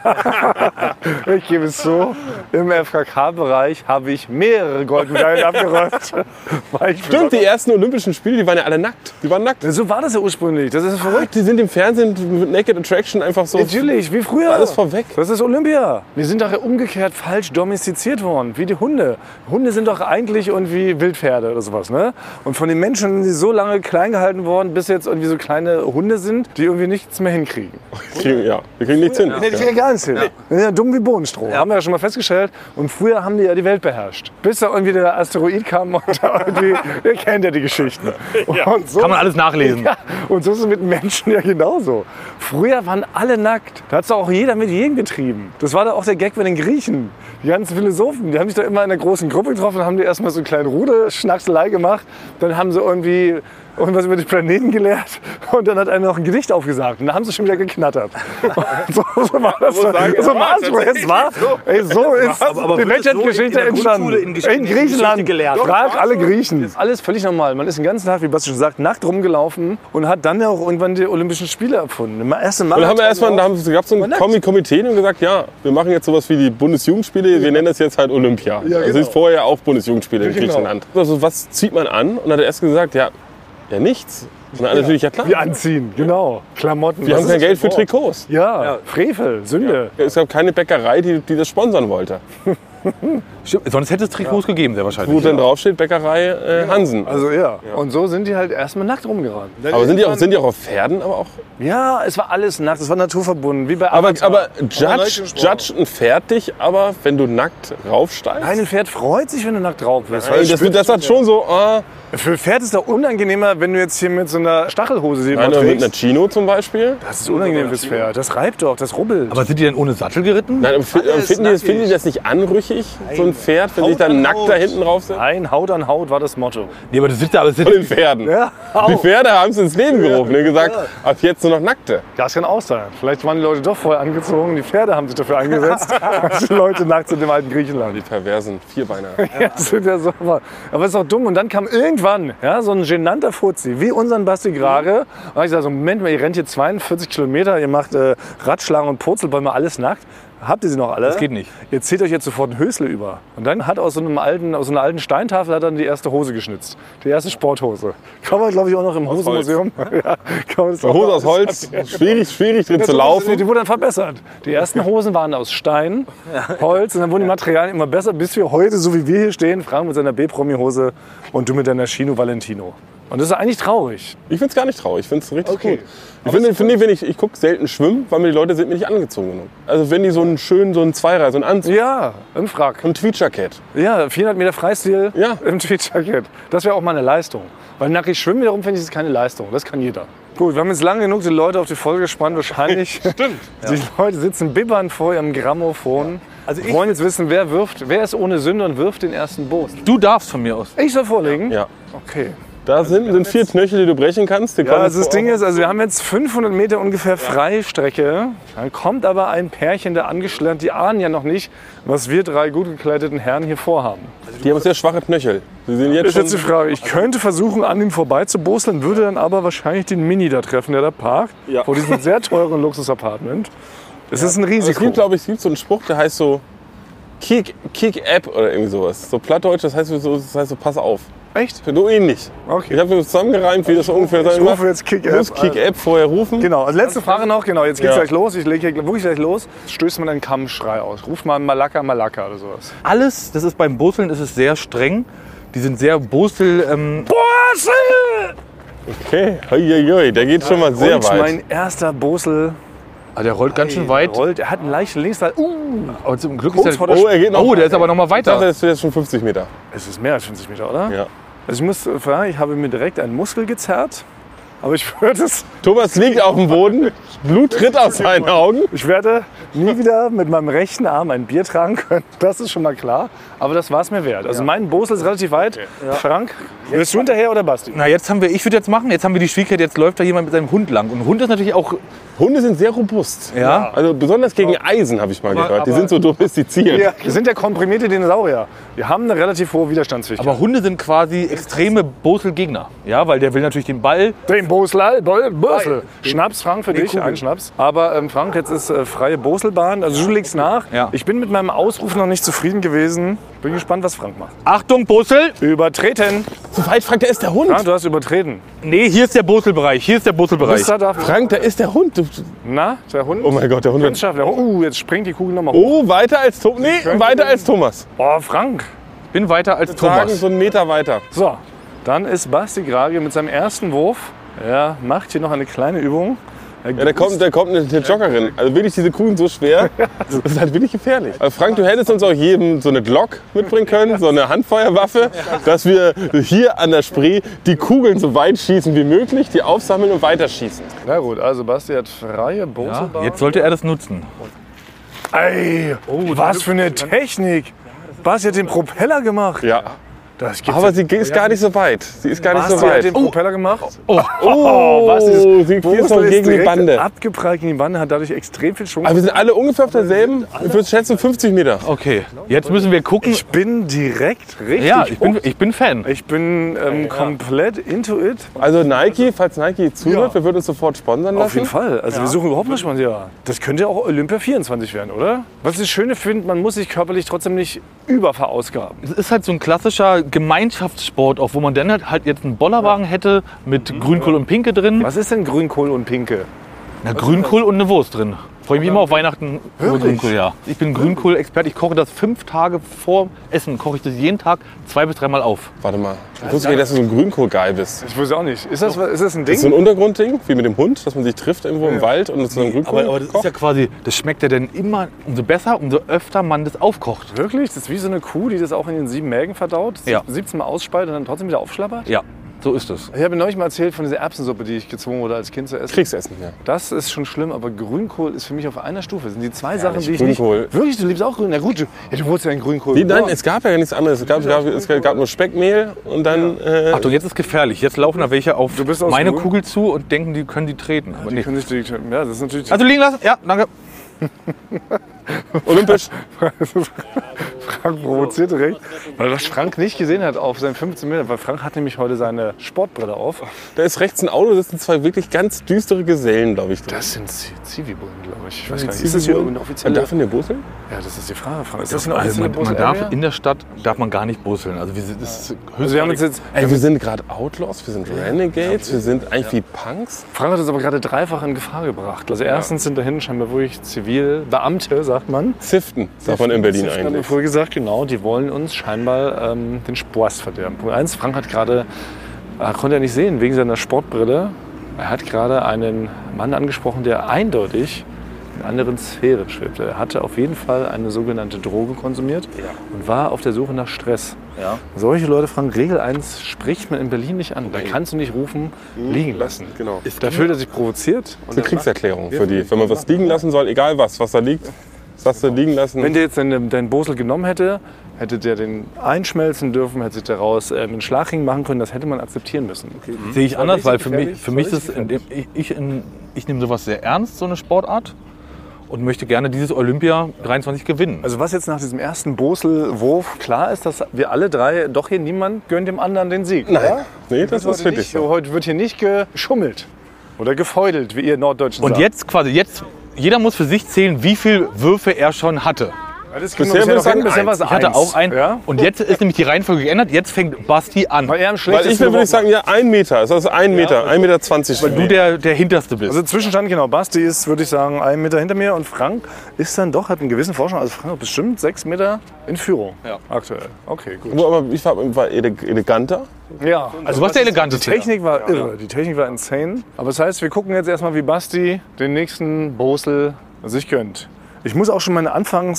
ich gebe es zu, im FKK-Bereich habe ich mehrere Goldmedaillen abgeräumt. War ich
Stimmt,
besorgt.
die ersten Olympischen Spiele, die waren ja alle nackt. Die waren nackt.
So war das ja ursprünglich. Das ist verrückt.
Die sind im Fernsehen mit Naked Attraction einfach so.
Natürlich, wie früher.
Alles vorweg.
Das ist Olympia. Wir sind daher umgekehrt falsch domestiziert worden, wie die Hunde. Hunde sind doch eigentlich irgendwie Wildpferde oder sowas, ne? Und von den Menschen sind sie so lange klein gehalten worden, bis jetzt irgendwie so kleine Hunde sind, die irgendwie nichts mehr hinkriegen.
Wir kriegen, ja, wir kriegen nichts hin.
Nee, die kriegen gar nichts hin. Die sind ja dumm wie Bohnenstroh. Haben wir ja schon mal festgestellt. Und früher haben die ja die Welt beherrscht. Bis da irgendwie der Asteroid kam und da irgendwie, ihr kennt ja die Geschichten. Und so
kann man alles nachlesen.
ja, und so ist es mit Menschen ja genauso. Früher waren alle nackt. Da hat doch auch jeder mit jedem getrieben. Das war doch auch der Gag mit den Griechen. Die ganzen Philosophen, die haben sich doch immer in einer großen Gruppe getroffen, haben die erstmal so einen kleinen Rudelschnackselei gemacht. Dann haben sie irgendwie irgendwas über den Planeten gelehrt. Und dann hat einer noch ein Gedicht aufgesagt. Und dann haben sie schon wieder geknattert. Und so, so war das. So,
sagen,
so
ja,
war es. wohl. Es war, ey, so ist die Menschheitsgeschichte entstanden. In, Griechenland. Frag alle Griechen. Ist alles völlig normal. Man ist den ganzen Tag, wie Basti schon sagt, nackt rumgelaufen und hat dann ja auch irgendwann die Olympischen Spiele erfunden. Erste Mal
Und dann haben wir erstmal, da gab es so ein
nackt.
Komi- Komitee und gesagt, ja, wir machen jetzt sowas wie die Bundesjugendspiele, wir nennen das jetzt halt Olympia.
Ja,
Das
genau.
ist vorher auch Bundesjugendspiele in
Genau.
Griechenland. Also was zieht man an? Und dann hat er erst gesagt, ja, ja nichts. Und dann natürlich, ja klar,
Wir anziehen, genau. Klamotten.
wir
Was
haben
ist
kein
das
Geld für
Wort?
Trikots.
Ja, Frevel, Sünde.
Es gab keine Bäckerei, die, die das sponsern wollte.
Stimmt, Sonst hätte es Trikots gegeben, sehr wahrscheinlich.
Wo dann draufsteht, Bäckerei äh, Hansen.
Also ja. Und so sind die halt erstmal nackt rumgerannt.
Aber sind die, auch, sind die auch auf Pferden? Aber, auch,
Ja, es war alles nackt, es war naturverbunden, wie bei
aber,
Avatar.
aber judge, judge ein Pferd dich, aber wenn du nackt raufsteigst?
Nein, ein Pferd freut sich, wenn du nackt drauf bist. weil
Nein, das, das hat schon so, ah,
Für ein Pferd ist doch unangenehmer, wenn du jetzt hier mit so einer Stachelhose die du mal
einer mit
trägst.
einer Chino zum Beispiel.
Das ist unangenehm fürs Pferd. Das reibt doch, das rubbelt.
Aber sind die denn ohne Sattel geritten?
Nein, aber fi- finden, die das, finden die das nicht anrüchig, so ein Pferd, wenn sich dann nackt da hinten drauf sind?
ein Haut an Haut war das Motto.
Nee, aber das sind ja aber das sind,
Von den Pferden. Die Pferde haben es ins Leben gerufen und gesagt, ab jetzt nur noch Nackte.
Das kann auch sein. Vielleicht waren die Leute doch vorher angezogen, die Pferde haben sich dafür eingesetzt, dass die Leute nackt sind im alten Griechenland.
Die perversen Vierbeiner.
Ja, das sind ja so, aber es ist doch dumm. Und dann kam irgendwann ja, so ein genannter Fuzzi, wie unseren Basti Grage. Und hab ich gesagt, so, Moment mal, ihr rennt hier 42 Kilometer, ihr macht äh, Radschlangen und Purzelbäume alles nackt. Habt ihr sie noch alle?
Das geht nicht.
Ihr zieht euch jetzt sofort einen Hösle über. Und dann hat aus so, einem alten, aus so einer alten Steintafel hat er dann die erste Hose geschnitzt. Die erste Sporthose. Kann man, glaube ich, auch noch im Hosenmuseum. Ja, kann man das auch
Hose
noch-
aus Holz, schwierig, schwierig drin zu
die,
laufen.
die wurde dann verbessert. Die ersten Hosen waren aus Stein, Holz und dann wurden die Materialien immer besser, bis wir heute, so wie wir hier stehen, Frank mit seiner B-Promi-Hose und du mit deiner Chino Valentino. Und das ist eigentlich traurig.
Ich finde es gar nicht traurig, ich finde es richtig gut. Ich finde, finde, wenn ich, ich gucke selten schwimmen, weil mir die Leute sind mir nicht angezogen genug. Also wenn die so einen schönen, so einen Zweier, so einen Anzug,
Ja, im Frack.
ein Tweetjacket.
Ja, 400 Meter Freistil
Ja.
im Tweetjacket. Das wäre auch mal eine Leistung. Weil nackig schwimmen wiederum finde ich, ist keine Leistung. Das kann jeder. Gut, wir haben jetzt lange genug die Leute auf die Folge gespannt. Wahrscheinlich. Stimmt. Die Leute sitzen bibbern vor ihrem Grammophon.
Also ich-
wollen jetzt wissen, wer wirft, wer ist ohne Sünde und wirft den ersten Boot.
du darfst von mir aus.
Ich soll vorlegen?
Ja.
Okay.
Da sind, sind vier Knöchel, die du brechen kannst. Die
Ja,
kommen
also das
vor-
Ding ist, also wir haben jetzt 500 Meter ungefähr Freistrecke. Dann kommt aber ein Pärchen da angeschlernt, die ahnen ja noch nicht, was wir drei gut gekleideten Herren hier vorhaben. also
Die haben sehr schwache Knöchel. Sie sind jetzt
Ist
schon
jetzt die Frage, ich könnte versuchen, an ihm vorbei zu boseln, würde dann aber wahrscheinlich den Mini da treffen, der da parkt,
Ja.
vor diesem sehr teuren Luxusapartment. Das ist ein
Es
Risiko.
gibt, glaube ich, es gibt so einen Spruch, der heißt so Kick, Kick App oder irgendwie sowas. So plattdeutsch, das heißt so, das heißt so pass auf.
Echt?
Du ähnlich.
Okay.
Ich habe mir zusammengereimt, wie das ungefähr sein
Ich rufe jetzt Kick
Du musst
App,
Kick App vorher rufen.
Genau, also letzte Frage noch, genau, jetzt geht's
Ja.
gleich los, ich lege hier wirklich gleich los. Stößt man einen Kampfschrei aus, ruft mal Malaka, Malaka oder sowas.
Alles, das ist beim Boseln, ist es sehr streng. Die sind sehr Bosel. Ähm,
Bosel!
Okay. Uiuiui, der geht schon mal sehr
Und
weit.
mein erster Bosel
ah, der rollt ganz schön weit.
rollt, er hat einen leichten Linksleiter. Uh,
Aber zum Glück
Kurz
ist
vor
der,
der
oh, er geht noch
Oh,
oh,
der
der ist aber noch mal
ich dachte,
weiter.
das wäre jetzt schon 50 Meter.
es ist mehr als 50 Meter, oder?
Ja.
Also ich muss sagen, ich habe mir direkt einen Muskel gezerrt, aber ich würde es
Thomas liegt auf dem Boden, Blut tritt aus seinen Augen.
Ich werde nie wieder mit meinem rechten Arm ein Bier tragen können. Das ist schon mal klar. Aber das war es mir wert. Also mein Bosel ist relativ weit. Frank, willst du hinterher oder Basti?
Na, jetzt haben wir, ich würde jetzt machen, jetzt haben wir die Schwierigkeit, jetzt läuft da jemand mit seinem Hund lang. Und ein Hund ist natürlich auch,
Hunde sind sehr robust.
Ja.
Also besonders gegen Eisen, habe ich mal gehört. Die
aber-
sind so domestiziert.
Ja. Wir sind ja komprimierte Dinosaurier. Wir haben eine relativ hohe Widerstandsfähigkeit.
aber Hunde sind quasi extreme Bosel-Gegner. Ja, weil der will natürlich den Ball.
Den Bosel, Bol- Bosel. Schnaps, Frank, für dich. Ein Schnaps. Aber ähm, Frank, jetzt ist äh, freie Boselbahn. Also du legst nach.
Ja.
Ich bin mit meinem Ausruf noch nicht zufrieden gewesen. Bin gespannt, was Frank macht.
Achtung, Bosel!
Übertreten.
So weit, Frank, da ist der Hund.
Frank, du hast übertreten.
Nee, hier ist der Boselbereich, hier ist der Boselbereich.
Mister darf-
Frank, da ist der Hund. Du-
Na, der Hund?
Oh mein Gott, der Hund
Ganz
wird.
scharf. Der Hund- Uh, jetzt springt die Kugel nochmal hoch.
Oh, weiter als Thomas. Nee, weiter als Thomas.
Oh, Frank.
Bin weiter als
Sagen
Thomas.
so einen Meter weiter.
So, dann ist Basti Grage mit seinem ersten Wurf. Er macht hier noch eine kleine Übung. Er
Ja, da kommt, da kommt eine, eine Joggerin. Also wirklich diese Kugeln so schwer. Das ist halt wirklich gefährlich. Also Frank, du hättest uns auch jedem so eine Glock mitbringen können, so eine Handfeuerwaffe, dass wir hier an der Spree die Kugeln so weit schießen wie möglich, die aufsammeln und weiterschießen.
Na gut, also Basti hat freie
Ja,
Boselbahn.
jetzt sollte er das nutzen.
Ey,
Oh,
was für eine Technik. Basti hat den Propeller gemacht.
Ja.
Das gibt's
Aber sie ist gar nicht so weit. Sie ist gar nicht
Basti
so
hat
weit.
den Propeller gemacht.
Oh,
Basti ist-
sie geht
Bosel
noch gegen die
direkt
Bande. Also
Abgeprallt gegen die Bande, hat dadurch extrem viel Schwung.
Aber wir sind alle ungefähr auf derselben, ich würde schätzen 50 Meter.
Okay, jetzt müssen wir gucken.
Ich bin direkt richtig.
Ja, ich bin, ich bin Fan.
ich bin ähm, komplett into it.
Also Nike, falls Nike zuhört, wir würden uns sofort sponsern lassen.
Auf jeden Fall. Also wir suchen überhaupt nicht mal ja. Das könnte ja auch Olympia 24 werden, oder? Was ich das Schöne finde, man muss sich körperlich trotzdem nicht überverausgaben.
Mhm.
Es ist halt so ein klassischer Gemeinschaftssport, auch wo man dann halt, halt jetzt einen Bollerwagen hätte mit Grünkohl und Pinke drin.
Was ist denn Grünkohl und Pinke?
Na, Grünkohl und eine Wurst drin. Freue mich immer auf Weihnachten über Grünkohl, ja. Ich bin Grünkohl-Experte. Ich koche das fünf Tage vor Essen. Koche ich das jeden Tag zwei bis dreimal auf.
Warte mal, ich wusste nicht, dass du so ein Grünkohl-Guy bist.
Ich weiß auch nicht. Ist das, ist das ein Ding?
Ist so ein Untergrundding, wie mit dem Hund, dass man sich trifft irgendwo im Wald und so einen Grünkohl
Aber, aber das ist ja quasi, das schmeckt ja dann immer, umso besser, umso öfter man das aufkocht.
Wirklich? Das ist wie so eine Kuh, die das auch in den sieben Mägen verdaut,
Ja.
17 Mal ausspaltet und dann trotzdem wieder aufschlappert?
Ja, so ist es.
Ich habe neulich mal erzählt von dieser Erbsensuppe, die ich gezwungen wurde, als Kind zu essen.
Kriegsessen, ja.
Das ist schon schlimm, aber Grünkohl ist für mich auf einer Stufe. Das sind die zwei Sachen,
nicht
die ich
Grünkohl.
nicht... Wirklich, du liebst auch Grünkohl? Na gut, du, ja, du wolltest ja einen Grünkohl. Oh.
Nee, nein, es gab ja nichts anderes. Es gab, es gab, es gab nur Speckmehl und dann... Äh,
Achtung, jetzt ist gefährlich. Jetzt laufen da welche auf
Du bist aus
meine
dem Ruhe.
Kugel zu und denken, die können die treten. Aber
Die
nee.
können sich die, ja, das ist natürlich...
Also liegen lassen? Ja, danke.
olympisch.
Frank provoziert direkt, weil was Frank nicht gesehen hat auf seinen 15 Metern, weil Frank hat nämlich heute seine Sportbrille auf.
Da ist rechts ein Auto, da sitzen zwei wirklich ganz düstere Gesellen, glaube ich. drin.
Das sind Z- Zivi-Bullen, glaube ich. Ich weiß gar nicht,
Ist
ist das hier eine
Man
offizielle...
darf in der Bosel?
Ja, das ist die Frage, Frank. Ist das eine
Also
offizielle
man, man
Bus
darf
Area?
in der Stadt darf man gar nicht busseln. Also wir sind, das ist
Also
höchst
wir haben uns jetzt,
Ey, wir sind gerade Outlaws, wir sind Renegades, wir sind eigentlich wie Punks.
Frank hat uns aber gerade dreifach in Gefahr gebracht. Also erstens sind da hinten scheinbar wirklich Zivilbeamte, sagt man.
Ziften, sagt man in Berlin
Das haben wir
eigentlich.
vorher gesagt, genau. Die wollen uns scheinbar ähm, den Spaß verderben. Punkt eins: Frank hat gerade, äh, konnte er nicht sehen, wegen seiner Sportbrille, er hat gerade einen Mann angesprochen, der eindeutig in anderen Sphären schwebte. Er hatte auf jeden Fall eine sogenannte Droge konsumiert und war auf der Suche nach Stress. Solche Leute, Frank, Regel 1 spricht man in Berlin nicht an. Da kannst du nicht rufen, liegen lassen.
Genau.
Da fühlt er sich provoziert.
Das ist eine Kriegserklärung für die. Wenn man was liegen lassen soll, egal was, was da liegt, Das hast du liegen lassen.
Wenn der jetzt den, den Bosel genommen hätte, hätte der den einschmelzen dürfen, hätte sich daraus äh, einen Schlagring machen können, das hätte man akzeptieren müssen.
Sehe Mhm. ich anders,
richtig
weil für mich,
gefährlich,
für mich
voll
ist das, in dem, ich, ich, in, ich nehme sowas sehr ernst, so eine Sportart, und möchte gerne dieses Olympia 23 gewinnen.
Also was jetzt nach diesem ersten Bosel-Wurf klar ist, dass wir alle drei, doch hier niemand gönnt dem anderen den Sieg. Nein,
nee, das ist
heute,
richtig
nicht,
so.
heute wird hier nicht geschummelt oder gefeudelt, wie ihr Norddeutschen
und
sagt.
jetzt quasi, jetzt, jeder muss für sich zählen, wie viel Würfe er schon hatte.
jetzt
Bisher würde ich sagen, eins.
Ich hatte auch einen.
Ja?
Und jetzt ist nämlich die Reihenfolge geändert. Jetzt fängt Basti an.
Weil
Weil
er am
Weil ich
schlechtesten
mir würde ich
geworfen
sagen, ja, ein Meter. Das ist ein Meter, ein Meter zwanzig.
du der, der Hinterste bist.
Also Zwischenstand, genau, Basti ist, würde ich sagen, einen Meter hinter mir und Frank ist dann doch, hat einen gewissen Vorsprung, also Frank hat bestimmt sechs Meter in Führung
Ja.
aktuell. Okay, gut.
Aber ich war, war ele- eleganter.
Ja,
Also was der eleganteste.
Die Technik war irre, die Technik war insane. Aber das heißt, wir gucken jetzt erstmal, wie Basti den nächsten Bosel sich gönnt. Ich muss auch schon meine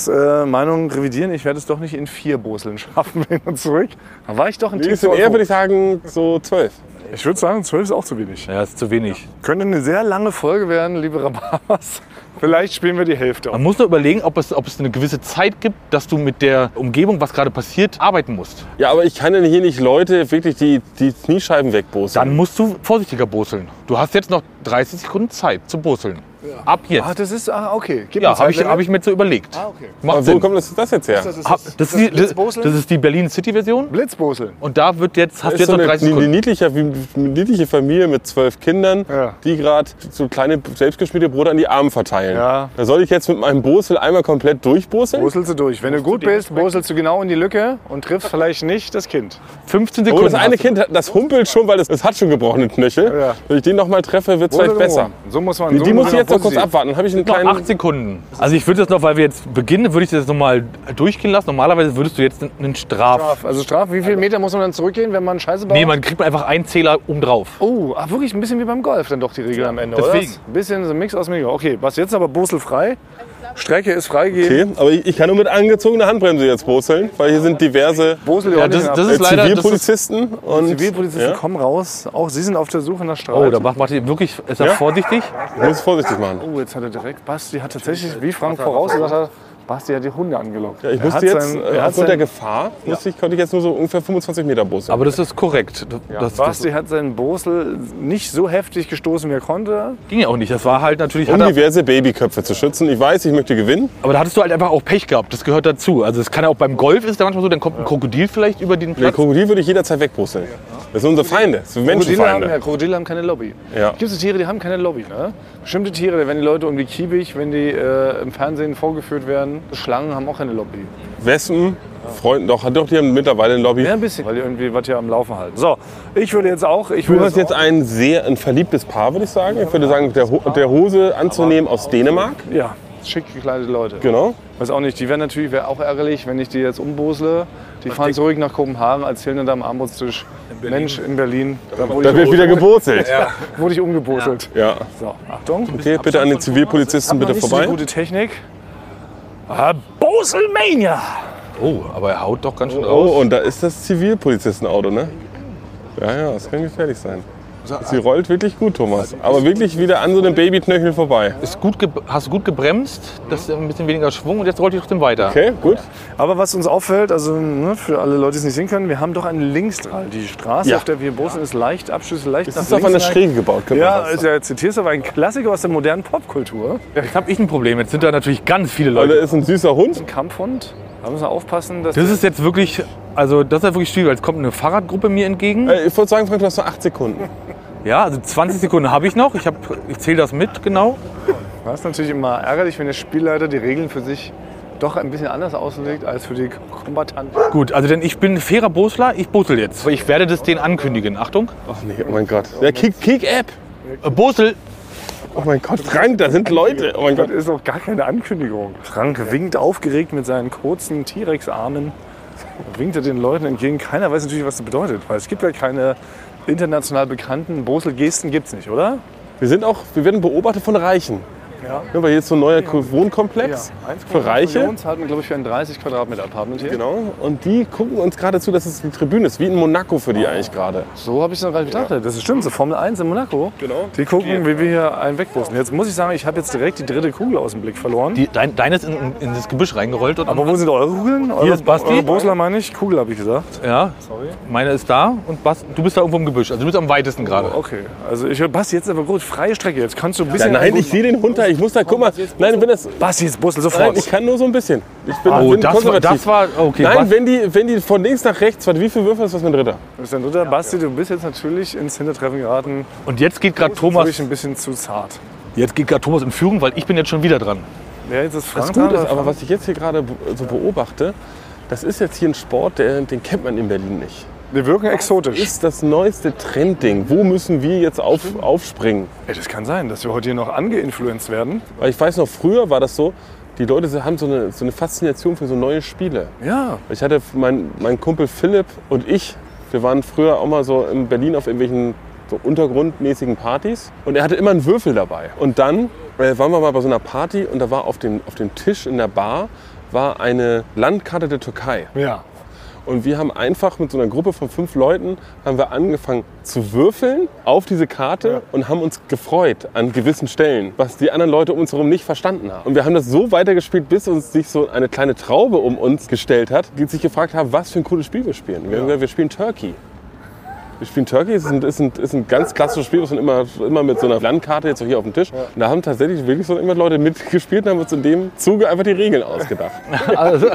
Anfangsmeinung revidieren. Ich werde es doch nicht in vier Boseln schaffen, hin und zurück. Da war ich doch ein
Die
Tick
sind
zu
eher,
hoch.
würde ich sagen, so zwölf.
Ich würde sagen, zwölf ist auch zu wenig.
Ja, ist zu wenig.
Könnte eine sehr lange Folge werden, liebe Rhabarbers. Vielleicht spielen wir die Hälfte.
Man muss nur überlegen, ob es, ob es eine gewisse Zeit gibt, dass du mit der Umgebung, was gerade passiert, arbeiten musst.
Ja, aber ich kann denn hier nicht Leute wirklich die, die Kniescheiben wegbosen.
Dann musst du vorsichtiger boseln. Du hast jetzt noch 30 Sekunden Zeit zu boseln. Ab jetzt.
Ach, das ist, ah, okay. Gib mir
ja,
Zeit
habe ich,
länger.
hab ich mir so überlegt. Ah,
okay.
Macht
halt aber wo
Sinn.
kommt das, das jetzt her?
Das ist
Hab-
das,
das, ist die, das,
Blitzboseln?
das ist die Berlin City Version.
Blitzboseln.
Und da wird jetzt,
Das
hast du jetzt
so
noch
eine,
30
eine
Sekunden.
niedliche, wie- eine niedliche Familie mit zwölf Kindern,
Ja.
die gerade so kleine selbstgeschmiedete Brote an die Armen verteilen.
Ja.
Da soll ich jetzt mit meinem Bosel einmal komplett durchboseln?
Boselst du durch. Wenn du gut bist, boselst du genau in die Lücke und triffst vielleicht nicht das Kind.
15
Oh,
Sekunden.
das eine
hast du.
Kind, das humpelt schon, weil das, das hat schon gebrochene Knöchel.
Ja.
Wenn ich den nochmal treffe, wird es vielleicht
Boseln
besser.
rum. So muss man
Die,
so
die muss ich jetzt noch kurz
positiv.
abwarten. Dann Habe ich einen
Noch
kleinen.
8 Sekunden. Also ich würde das noch, weil wir jetzt beginnen, würde ich das noch mal durchgehen lassen. Normalerweise würdest du jetzt einen Straf.
Straf. Also Straf, wie viele Meter muss man dann zurückgehen, wenn man Scheiße baut?
Nee, man kriegt einfach einen Zähler obendrauf.
oh, ach, wirklich ein bisschen wie beim Golf dann doch die Regel am Ende,
Deswegen.
oder? Ein bisschen so ein Mix aus Mega. Okay, was jetzt aber Bosel frei. Strecke ist freigegeben.
Okay, aber ich, ich kann nur mit angezogener Handbremse jetzt boseln, weil hier sind diverse
Bosel
Ja,
ordentlich
das-
ab.
das
äh,
ist leider-
Zivilpolizisten und
Zivilpolizisten
Ja,
kommen raus. Auch sie sind auf der Suche nach Streit.
Oh, da macht, macht ihr wirklich, ist er
Ja.
vorsichtig?
ich muss vorsichtig machen.
Oh, jetzt hat er direkt. Basti hat tatsächlich, wie Frank vorausgesagt hat, Basti hat die Hunde angelockt.
Ja, ich
Er hat
musste jetzt,
sein-
äh,
er hat
aufgrund der
sein,
Gefahr, musste ich, konnte ich jetzt nur so ungefähr 25 Meter boseln.
Aber das ist korrekt. Das, das
Basti hat seinen Bosel nicht so heftig gestoßen, wie er konnte.
ging ja auch nicht. Das war halt natürlich. Hat
Um
er,
diverse Babyköpfe zu schützen. Ich weiß, ich möchte gewinnen.
aber da hattest du halt einfach auch Pech gehabt. Das gehört dazu. Also es kann ja auch beim Golf ist ja manchmal so, dann kommt ein Krokodil vielleicht über den
Der
Platz.
Krokodil würde ich jederzeit wegboseln. Das sind unsere Feinde, das sind
Krokodile haben, ja,
Menschenfeinde.
Krokodile haben keine Lobby.
Ja.
Gibt es Tiere, die haben keine Lobby? Ne? Bestimmte Tiere, da werden die Leute um die Kiebig, wenn die äh, im Fernsehen vorgeführt werden. Schlangen haben auch keine Lobby.
Wespen, Freunden, doch, doch, die haben mittlerweile ein Lobby.
Ja, ein bisschen, weil die irgendwie was hier am Laufen halten. So, ich würde jetzt auch. Ich
Du
würde
hast jetzt ein sehr ein verliebtes Paar, würde ich sagen. Ich würde sagen, der, Ho der Hose anzunehmen aus Dänemark.
auch, ja, schick gekleidete Leute.
Genau.
Weiß auch nicht, die wären natürlich wär auch ärgerlich, wenn ich die jetzt umbosle. Die fahren zurück nach Kopenhagen, erzählen dann da am Armutstisch. Mensch, in Berlin, da wurde,
Da
ich,
wird wieder geboselt. Ja.
wurde ich umgeboselt.
ja.
So, Achtung.
Okay, bitte an den Zivilpolizisten bitte
Nicht so eine
vorbei.
gute Technik. Ah, Boselmania!
Oh, aber er haut doch ganz schön raus.
Oh, und da ist das Zivilpolizistenauto, ne? Ja, ja, das kann gefährlich sein. Sie rollt wirklich gut, Thomas. Aber wirklich wieder an so einem Babyknöchel vorbei.
Ist gut ge hast gut gebremst, das ist ein bisschen weniger Schwung und jetzt rollt ihr trotzdem weiter.
Okay, gut.
Aber was uns auffällt, also ne, für alle Leute, die es nicht sehen können, wir haben doch einen Linksdrall. Die Straße,
Ja.
auf der wir boseln, ist leicht abschüsse, leicht
Das halt. ist auf einer Schräge gebaut, könnte
Ja,
man fast
ist ja, zitierst aber ein Klassiker aus der modernen Popkultur.
Jetzt habe ich ein Problem. Jetzt sind da natürlich ganz viele
sagen.
Leute.
Da ist ein süßer Hund.
Kampfhund. Da müssen wir aufpassen, dass
Das ist jetzt wirklich, also das ist ja wirklich schwierig. weil Jetzt kommt eine Fahrradgruppe mir entgegen.
Äh, Ich würde sagen, Frank, du hast nur acht Sekunden.
Ja, also 20 Sekunden habe ich noch. Ich, hab- ich zähle das mit, genau.
Das ist natürlich immer ärgerlich, wenn der Spielleiter die Regeln für sich doch ein bisschen anders auslegt als für die Kombattanten.
Gut, also denn ich bin ein fairer Bosler, ich bosel jetzt. Aber Ich werde das denen ankündigen. Achtung.
Ach nee, oh mein Gott. Ja, Kick, Kick App.
Äh, Bosel,
Oh mein Gott, Frank, da sind Leute. Oh mein
Das
Gott.
ist auch gar keine Ankündigung. Frank winkt aufgeregt mit seinen kurzen T-Rex-Armen, winkt er den Leuten entgegen. Keiner weiß natürlich, was das bedeutet, weil es gibt ja keine international bekannten Bosel-Gesten, gibt's nicht, oder?
Wir sind auch, wir werden beobachtet von Reichen. Ja, weil hier ist so ein neuer Ko- Wohnkomplex für Reiche.
Millionen hatten, glaube ich, für ein 30 Quadratmeter Apartment hier.
Genau. Und die gucken uns gerade zu, dass es eine Tribüne ist, wie in Monaco für die eigentlich gerade.
So habe ich es noch gar nicht gedacht. Das ist stimmt, so Formel 1 in Monaco.
Genau.
Die gucken, wie wir hier einen wegbussen. Jetzt muss ich sagen, ich habe jetzt direkt die dritte Kugel aus dem Blick verloren.
Die, dein, deine ist in, in das Gebüsch reingerollt. Und
Aber wo sind eure Kugeln? Eure,
ist Basti.
Eure Bosler meine ich. Kugel habe ich gesagt.
ja, meine ist da und Bas, du bist da irgendwo im Gebüsch. Also du bist am weitesten gerade.
Okay. Also ich höre Basti jetzt aber gut. Freie Strecke. Jetzt kannst du ein bisschen.
nein, ich sehe den runter. Ich muss da, guck mal. Nein, wenn das,
Basti jetzt Bussel
nein,
sofort.
ich kann nur so ein bisschen. Ich bin,
Oh,
bin
das war,
konservativ.
das war okay.
Nein,
Bas-
wenn die, wenn die von links nach rechts, warte, wie viele Würfel ist das mit Ritter?
Das ist dein dritter. Basti, du bist jetzt natürlich ins Hintertreffen geraten.
und jetzt geht gerade
Thomas. Ich
Thomas,
ein bisschen zu zart.
jetzt geht gerade Thomas in Führung, weil ich bin jetzt schon wieder dran.
Ja, jetzt ist Frank
Was gut
dran,
ist, aber was ich jetzt hier gerade be- so beobachte, das ist jetzt hier ein Sport, der, den kennt man in Berlin nicht.
Wir wirken exotisch.
Ist das neueste Trendding. Wo müssen wir jetzt auf, aufspringen?
Ey, das kann sein, dass wir heute hier noch angeinfluenzt werden.
Weil ich weiß noch, früher war das so, die Leute haben so eine, so eine Faszination für so neue Spiele.
Ja.
Ich hatte mein, mein Kumpel Philipp und ich, wir waren früher auch mal so in Berlin auf irgendwelchen so untergrundmäßigen Partys und er hatte immer einen Würfel dabei. Und dann äh, waren wir mal bei so einer Party und da war auf dem, auf dem Tisch in der Bar war eine Landkarte der Türkei.
Ja.
Und wir haben einfach mit so einer Gruppe von fünf Leuten haben wir angefangen zu würfeln auf diese Karte und haben uns gefreut an gewissen Stellen, was die anderen Leute um uns herum nicht verstanden haben. Und wir haben das so weitergespielt, bis uns sich so eine kleine Traube um uns gestellt hat, die sich gefragt haben, was für ein cooles Spiel wir spielen. Wir haben gesagt, wir spielen Turkey. Wir spielen Turkey, ist ein, ist ein, ist ein ganz klassisches Spiel, was man immer, immer mit so einer Landkarte jetzt auch hier auf dem Tisch. Und da haben tatsächlich wirklich so immer Leute mitgespielt und haben uns in dem Zuge einfach die Regeln ausgedacht.
Also,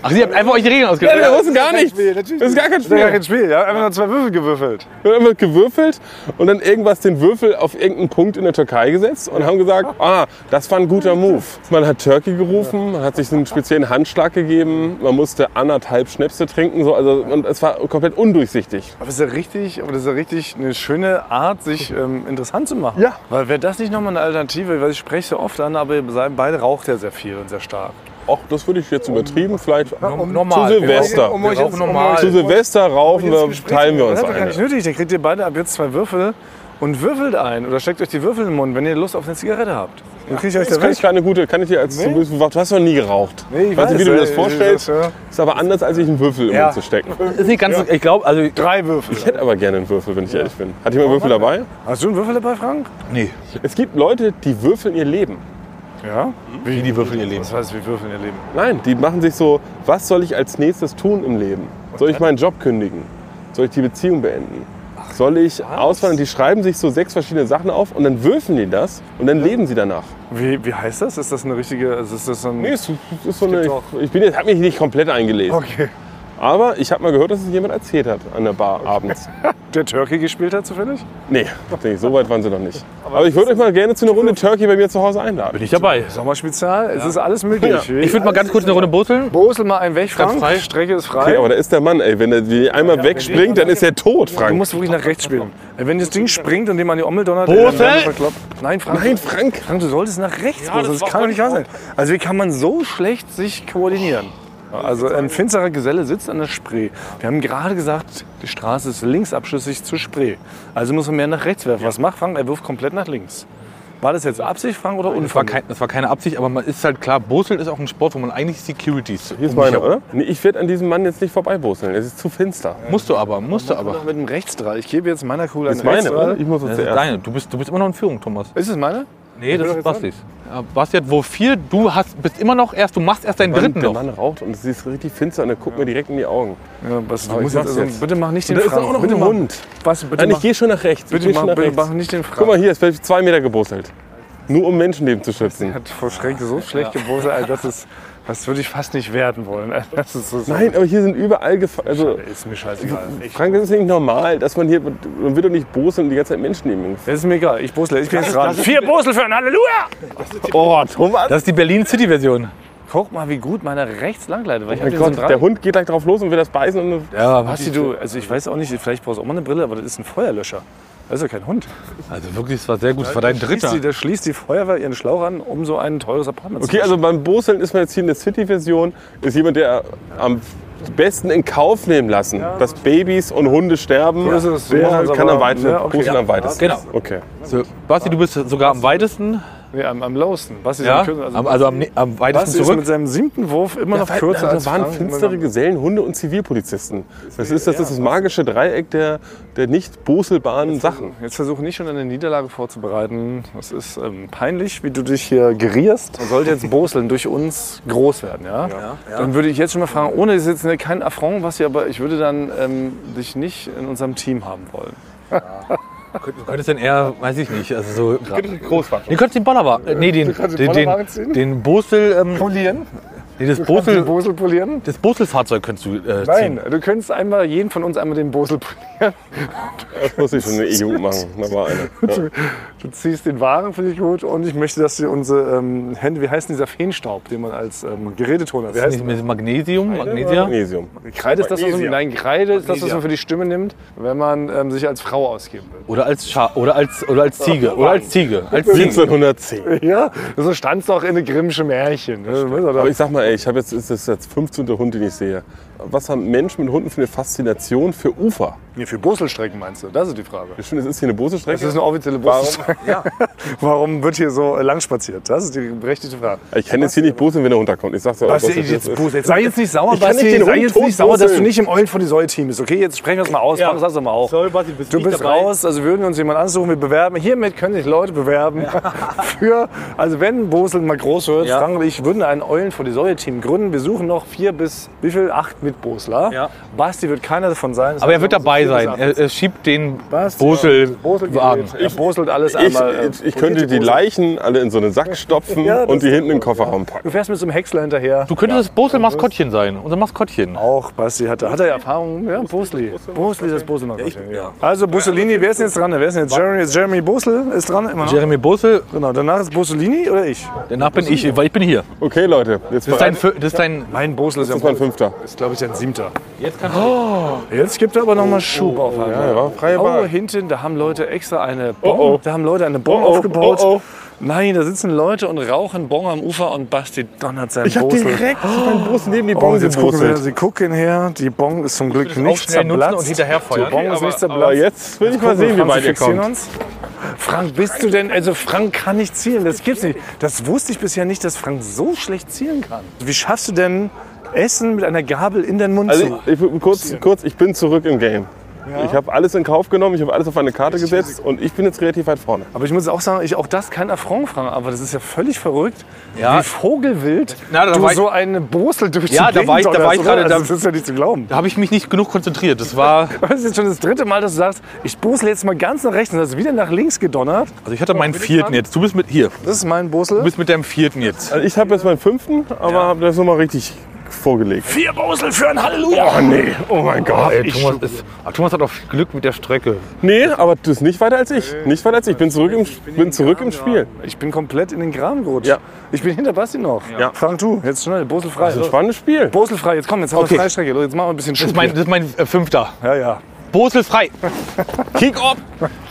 ach, sie habt einfach euch die Regeln ausgedacht.
wir wussten gar nichts. Das ist gar kein
Das ist ja
Spiel.
kein Spiel, ja. Einfach nur zwei Würfel gewürfelt.
Wir haben gewürfelt und dann irgendwas den Würfel auf irgendeinen Punkt in der Türkei gesetzt und haben gesagt, ah, das war ein guter Move. Man hat Turkey gerufen, man hat sich einen speziellen Handschlag gegeben, man musste anderthalb Schnäpse trinken, so, also und es war komplett undurchsichtig.
Aber das ist ja richtig, aber das ist ja richtig eine schöne Art, sich ähm, interessant zu machen.
Ja.
Weil wäre das nicht nochmal eine Alternative, weil ich spreche so oft an, aber ihr seid- beide raucht ja sehr viel und sehr stark.
Ach, das würde ich jetzt übertrieben, vielleicht
normal.
Um zu Silvester.
Um euch
Wir
jetzt- um euch-
rauchen
zu
normal.
Silvester rauchen wir, teilen wir
Das
uns
ist doch gar nicht
eine.
nötig, dann kriegt ihr beide ab jetzt zwei Würfel und würfelt ein oder steckt euch die Würfel in den Mund, wenn ihr Lust auf eine Zigarette habt. Dann kriege ich euch
Das
da
kann
weg.
ich keine gute, kann ich dir als du hast noch nie geraucht.
Nee, ich
weißt du, wie
weiß,
du dir das
äh,
vorstellst?
das, ja.
Ist aber anders, als ich einen Würfel im
Ja.
Mund zu stecken.
Ist nicht ganz, ich glaube, also,
Drei Würfel.
Ich hätte aber gerne einen Würfel, wenn ich ehrlich bin. Hat jemand einen Würfel dabei?
Hast du einen Würfel dabei, Frank?
nee.
Es gibt Leute, die würfeln ihr Leben.
Ja.
Wie die Würfel ihr Leben.
Das heißt, wir würfeln ihr Leben.
Nein, die machen sich so, was soll ich als nächstes tun im Leben? Soll ich meinen Job kündigen? Soll ich die Beziehung beenden? Soll ich auswandern? Die schreiben sich so sechs verschiedene Sachen auf und dann würfeln die das und dann leben sie danach.
Wie, wie heißt das? Ist das eine richtige. Also ist das so ein.
Nee, es ist so
gibt's
eine,
auch.
ich bin jetzt, habe mich nicht komplett eingelesen.
Okay.
Aber ich habe mal gehört, dass es jemand erzählt hat an der Bar abends.
Der Turkey gespielt hat zufällig?
Nee, denke ich, so weit waren sie noch nicht. Aber ich würde euch mal gerne zu einer Runde Turkey bei mir zu Hause einladen.
Bin ich dabei.
Sommerspezial? Es ist alles möglich.
Ich würde mal ganz kurz eine Runde butzeln.
Bosel mal einen weg, Frank.
frei.
Strecke ist frei.
Okay, aber da ist der Mann, ey. Wenn er die einmal wegspringt, dann ist er tot,
Du
Frank.
musst wirklich nach rechts spielen. Wenn das Ding springt und dem an die Ommel donnert,
Bosel!
dann werden wir verkloppt. Nein, Frank.
Nein, Frank.
Frank, du solltest nach rechts, Bosel. Das,
war
kann doch nicht wahr sein. Also wie kann man so schlecht sich koordinieren? Also ein finsterer Geselle sitzt an der Spree. Wir haben gerade gesagt, die Straße ist linksabschüssig zur Spree. Also muss man mehr nach rechts werfen. Was macht Frank? Er wirft komplett nach links. War das jetzt Absicht, Frank, oder
Das war,
Unfall?
kein, das war keine Absicht, aber man ist halt klar, Boseln ist auch ein Sport, wo man eigentlich Securities.
Hier ist meiner, oder? Nee, ich werde an diesem Mann jetzt nicht vorbeibusseln. Es ist zu finster.
Musst du aber, musst du aber.
Noch mit dem Rechtsdrall. Ich gebe jetzt meiner Kugel
Das
einen
ist meine,
Rechtsdrall.
oder? Ich muss
Das
jetzt
ist
zuerst.
deine. Du bist, du bist immer noch in Führung, Thomas.
Ist es meine?
Nee,
doch
das ist
jetzt
Bastis. Ja, Basti hat wo vier, du hast, bist immer noch erst, du machst erst deinen dritten
Der
noch.
Mann raucht und es ist richtig finster und er guckt mir direkt in die Augen.
Ja, Basti, du
Aber ich
musst jetzt,
mach's
also,
jetzt.
bitte mach nicht den
da ist
Frank.
auch noch
bitte
ein
mach-
Hund.
Basti, bitte
Nein,
mach,
ich gehe schon nach rechts.
bitte,
ich geh
mach,
schon nach
bitte
rechts.
mach nicht den Frank.
Guck mal, hier ist vielleicht zwei Meter gebusselt. Nur um Menschenleben zu schützen.
hat vor Schreck so schlecht geboten, also das ist, das würde ich fast nicht werden wollen. Das ist so
Nein, aber hier sind überall Gefahren. Also,
ist mir scheißegal. Ich,
Frank, das ist nicht normal, dass man hier. Man wird doch nicht boseln und die ganze Zeit Menschenleben. in Gefahr-
das ist mir egal. Ich Bosle, ich bin jetzt dran. Vier Bosel für ein Halleluja!
Oh, Thomas!
Das ist die Berlin City Version.
Guck mal, wie gut meine rechts langleitet. Weil ich hab
Oh Mein
den
Gott,
so dran.
der Hund geht gleich drauf los und will das beißen. Und
Ja, was?
Basti, du, also ich weiß auch nicht, vielleicht brauchst du auch mal eine Brille, aber das ist ein Feuerlöscher. Das ist ja kein Hund.
Also wirklich, es war sehr gut. Es war dein
Schließt
dritter.
die- Da schließt die Feuerwehr ihren Schlauch an, um so ein teures Apartment
Okay,
zu
also beim Boseln ist man jetzt hier in der City-Version, ist jemand, der am besten in Kauf nehmen lassen, dass Babys und Hunde sterben.
ist es. So
der
machen wir's
kann
aber.
am weitesten,
Ja, okay.
Boseln am weitesten.
Genau.
Okay.
So, Basti, du bist sogar am weitesten.
also-
Nee, am, am lowsten. Basti ist
Ja?
am kürzesten.
am, also am, ne- am weitesten
Basti ist
zurück.
mit seinem siebten Wurf immer noch
Ja,
kürzer als
da waren
Frank.
finstere Gesellen, Hunde und Zivilpolizisten. Das ist das, ist das magische Dreieck der, der nicht boselbaren Sachen.
Jetzt versuche nicht schon eine Niederlage vorzubereiten. Das ist ähm, peinlich, wie du dich hier gerierst. Und sollte jetzt Boseln durch uns groß werden, ja? Dann würde ich jetzt schon mal fragen, ohne das ist jetzt eine- kein Affront, was hier, aber ich würde dann ähm, dich nicht in unserem Team haben wollen.
Du könntest dann eher, weiß ich nicht, also so.
Großwaffen.
Ihr könnt den Bollerwagen, äh, nee, den,
kannst
den,
den Bollerwagen
den,
ziehen?
den Bosel, ähm,
Polieren?
nee, das
Den
Bosel,
Bosel polieren?
das Boselfahrzeug könntest du äh,
Nein,
ziehen.
du könntest einmal jeden von uns einmal den Bosel polieren.
Das muss ich schon in der E-Jugend machen. Da war eine. Ja.
Du ziehst den Wagen, finde ich gut. Und ich möchte, dass sie unsere ähm, Hände, wie heißt denn dieser Feenstaub, den man als ähm, Gerätetoner, wie heißt
Nicht mit Magnesium, Magnesia.
Magnesium.
Kreide ist das, was man,
Magnesia.
nein, Kreide ist das, was
Magnesia.
man für die Stimme nimmt, wenn man ähm, sich als Frau ausgeben will.
Oder als Scha oder als oder als Ziege, oder als Ziege, als Ziege.
1710.
Ja, so stand es doch in den Grimmschen Märchen. ne? Weißt du, da-
Aber ich sag mal, ey, ich habe jetzt ist das jetzt 15. Hund, den ich sehe. Was haben Menschen mit Hunden für eine Faszination für Ufer?
Nee, für Boselstrecken meinst du? Das ist die Frage.
Ich finde, es ist hier eine Bose-Strecke.
Das ist eine offizielle Boselstrecke. Warum? wird hier so äh, lang spaziert? Das ist die berechtigte Frage.
Ich kann jetzt hier nicht boseln, wenn er runterkommt. Ich sag's dir auch,
Basti,
was das
jetzt,
ist.
Bose, jetzt sei jetzt nicht sauer,
Ich kann nicht
Basti,
den
sei
Hund
jetzt nicht sauer, dass du
totbusseln.
nicht im Oil von die Säule Team bist, okay? Jetzt sprechen wir das mal aus, ja. das also mal auch.
Sorry, Basti, bist
du
nicht
bist
dabei.
raus, also würden wir uns jemand ansuchen, wir bewerben. Hiermit können sich Leute bewerben für, also wenn Bosel mal groß wird,
Ja.
Frank und ich würden ein Eulen vor die Säule Team gründen. Wir suchen noch vier bis, wie viel? Acht Mitbosler.
Ja.
Basti wird keiner davon sein. Das
Aber er
heißt,
wird
wir haben
dabei
so vier
sein.
bis acht.
Er, er schiebt den
Basti,
Boselwagen.
Er boselt alles
Ich,
einmal. äh,
ich, ich könnte die Leichen alle in so einen Sack stopfen
Ja, das
und die
ist
hinten in den Kofferraum packen.
Du fährst mit so einem Häcksler hinterher.
Du könntest das Bosel-Maskottchen sein, unser Maskottchen.
Auch, Basti hat, hat er Erfahrung. Ja, Bosli. Bosli ist das Bosel ja, Also Bussolini, wer ist denn jetzt dran? Wer ist denn jetzt? Jeremy, ist Jeremy Bosel ist dran immer noch.
Jeremy Bosel,
Genau, danach ist Bussolini oder ich?
danach bin ich, weil ich bin hier.
Okay, Leute, jetzt
Das ist
bereit-
dein, Fü- das ist dein
Mein Bosel ist
das ist mein fünfter.
Ist, glaube ich, ein siebter. Jetzt, oh, jetzt gibt er aber noch mal Schub auf. einmal.
Ja, war freie
Oh,
Wahl.
hinten, da haben Leute extra eine Bombe, da haben Leute eine Bombe
Oh, oh,
aufgebaut.
oh, oh.
Nein, da sitzen Leute und rauchen Bon am Ufer und Basti donnert sein
Ich hab
Bosel.
direkt meinen Brust neben die
Oh,
Bombe
jetzt gucken her,
geboselt.
sie gucken her. Die Bong ist zum Glück
auch
nicht
schnell nutzen
zerblatzt.
und hinterher feuern.
Die Bong ist
Aber-
nicht zerblatzt.
aber jetzt will ich mal sehen, wie
Franz,
weit ihr
fixieren
kommt.
Uns. Frank, bist du denn, also Frank kann nicht zielen, das gibt's nicht. Das wusste ich bisher nicht, dass Frank so schlecht zielen kann. Wie schaffst du denn, Essen mit einer Gabel in den Mund zu
Also
machen?
ich, ich, kurz, kurz, ich bin zurück im Game. Ich habe alles in Kauf genommen, ich habe alles auf eine Karte gesetzt und ich bin jetzt relativ weit vorne.
Aber ich muss auch sagen, ich auch das kein Affront, Frank, aber das ist ja völlig verrückt,
Ja.
wie vogelwild
Na, da
du
war ich-
so eine Bosel durch
Ja,
die
da
Gegend
war ich- da war
donnerst,
ich
oder?
gerade-
also,
da-
Das ist ja nicht zu glauben.
Da habe ich mich nicht genug konzentriert. Das war,
Das ist jetzt schon das dritte Mal, dass du sagst, ich bosle jetzt mal ganz nach rechts und das ist wieder nach links gedonnert.
also ich hatte meinen vierten jetzt. Du bist mit hier. Du
Das ist mein Bosel.
bist mit deinem vierten jetzt.
Also ich habe jetzt meinen fünften, aber habe das nochmal richtig vorgelegt.
Vier Bosel für ein Halleluja.
nee, oh mein Gott.
Ey, Thomas, ist, ah, Thomas hat auch viel Glück mit der Strecke.
Nee, aber du bist nicht weiter als ich. Nicht weiter als ich. Ich bin
Also,
zurück im, bin zurück im Spiel.
Ich bin komplett in den Kram gerutscht.
Ja.
Ich bin hinter Basti noch.
Ja.
Frank, du, jetzt schnell, Bosel frei.
Das ist ein spannendes Spiel.
Bosel frei, jetzt komm, jetzt haben
Okay.
wir Freistrecke. Los, Jetzt machen wir ein bisschen
Das
Schub.
ist mein, das ist mein äh, fünfter.
hier. ja, ja.
Bosel frei. Kick up.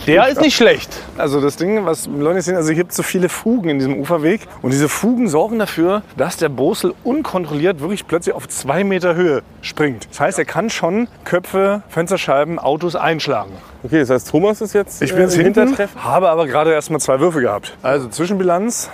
Der ist nicht schlecht.
Also das Ding, was Leute sehen, also es gibt so viele Fugen in diesem Uferweg. Und diese Fugen sorgen dafür, dass der Bosel unkontrolliert wirklich plötzlich auf zwei Meter Höhe springt. Das heißt, er kann schon Köpfe, Fensterscheiben, Autos einschlagen.
Okay, das heißt, Thomas ist jetzt
Ich bin jetzt
äh, im
hinten,
Hintertreffen.
habe aber gerade erst mal zwei Würfe gehabt. Also Zwischenbilanz,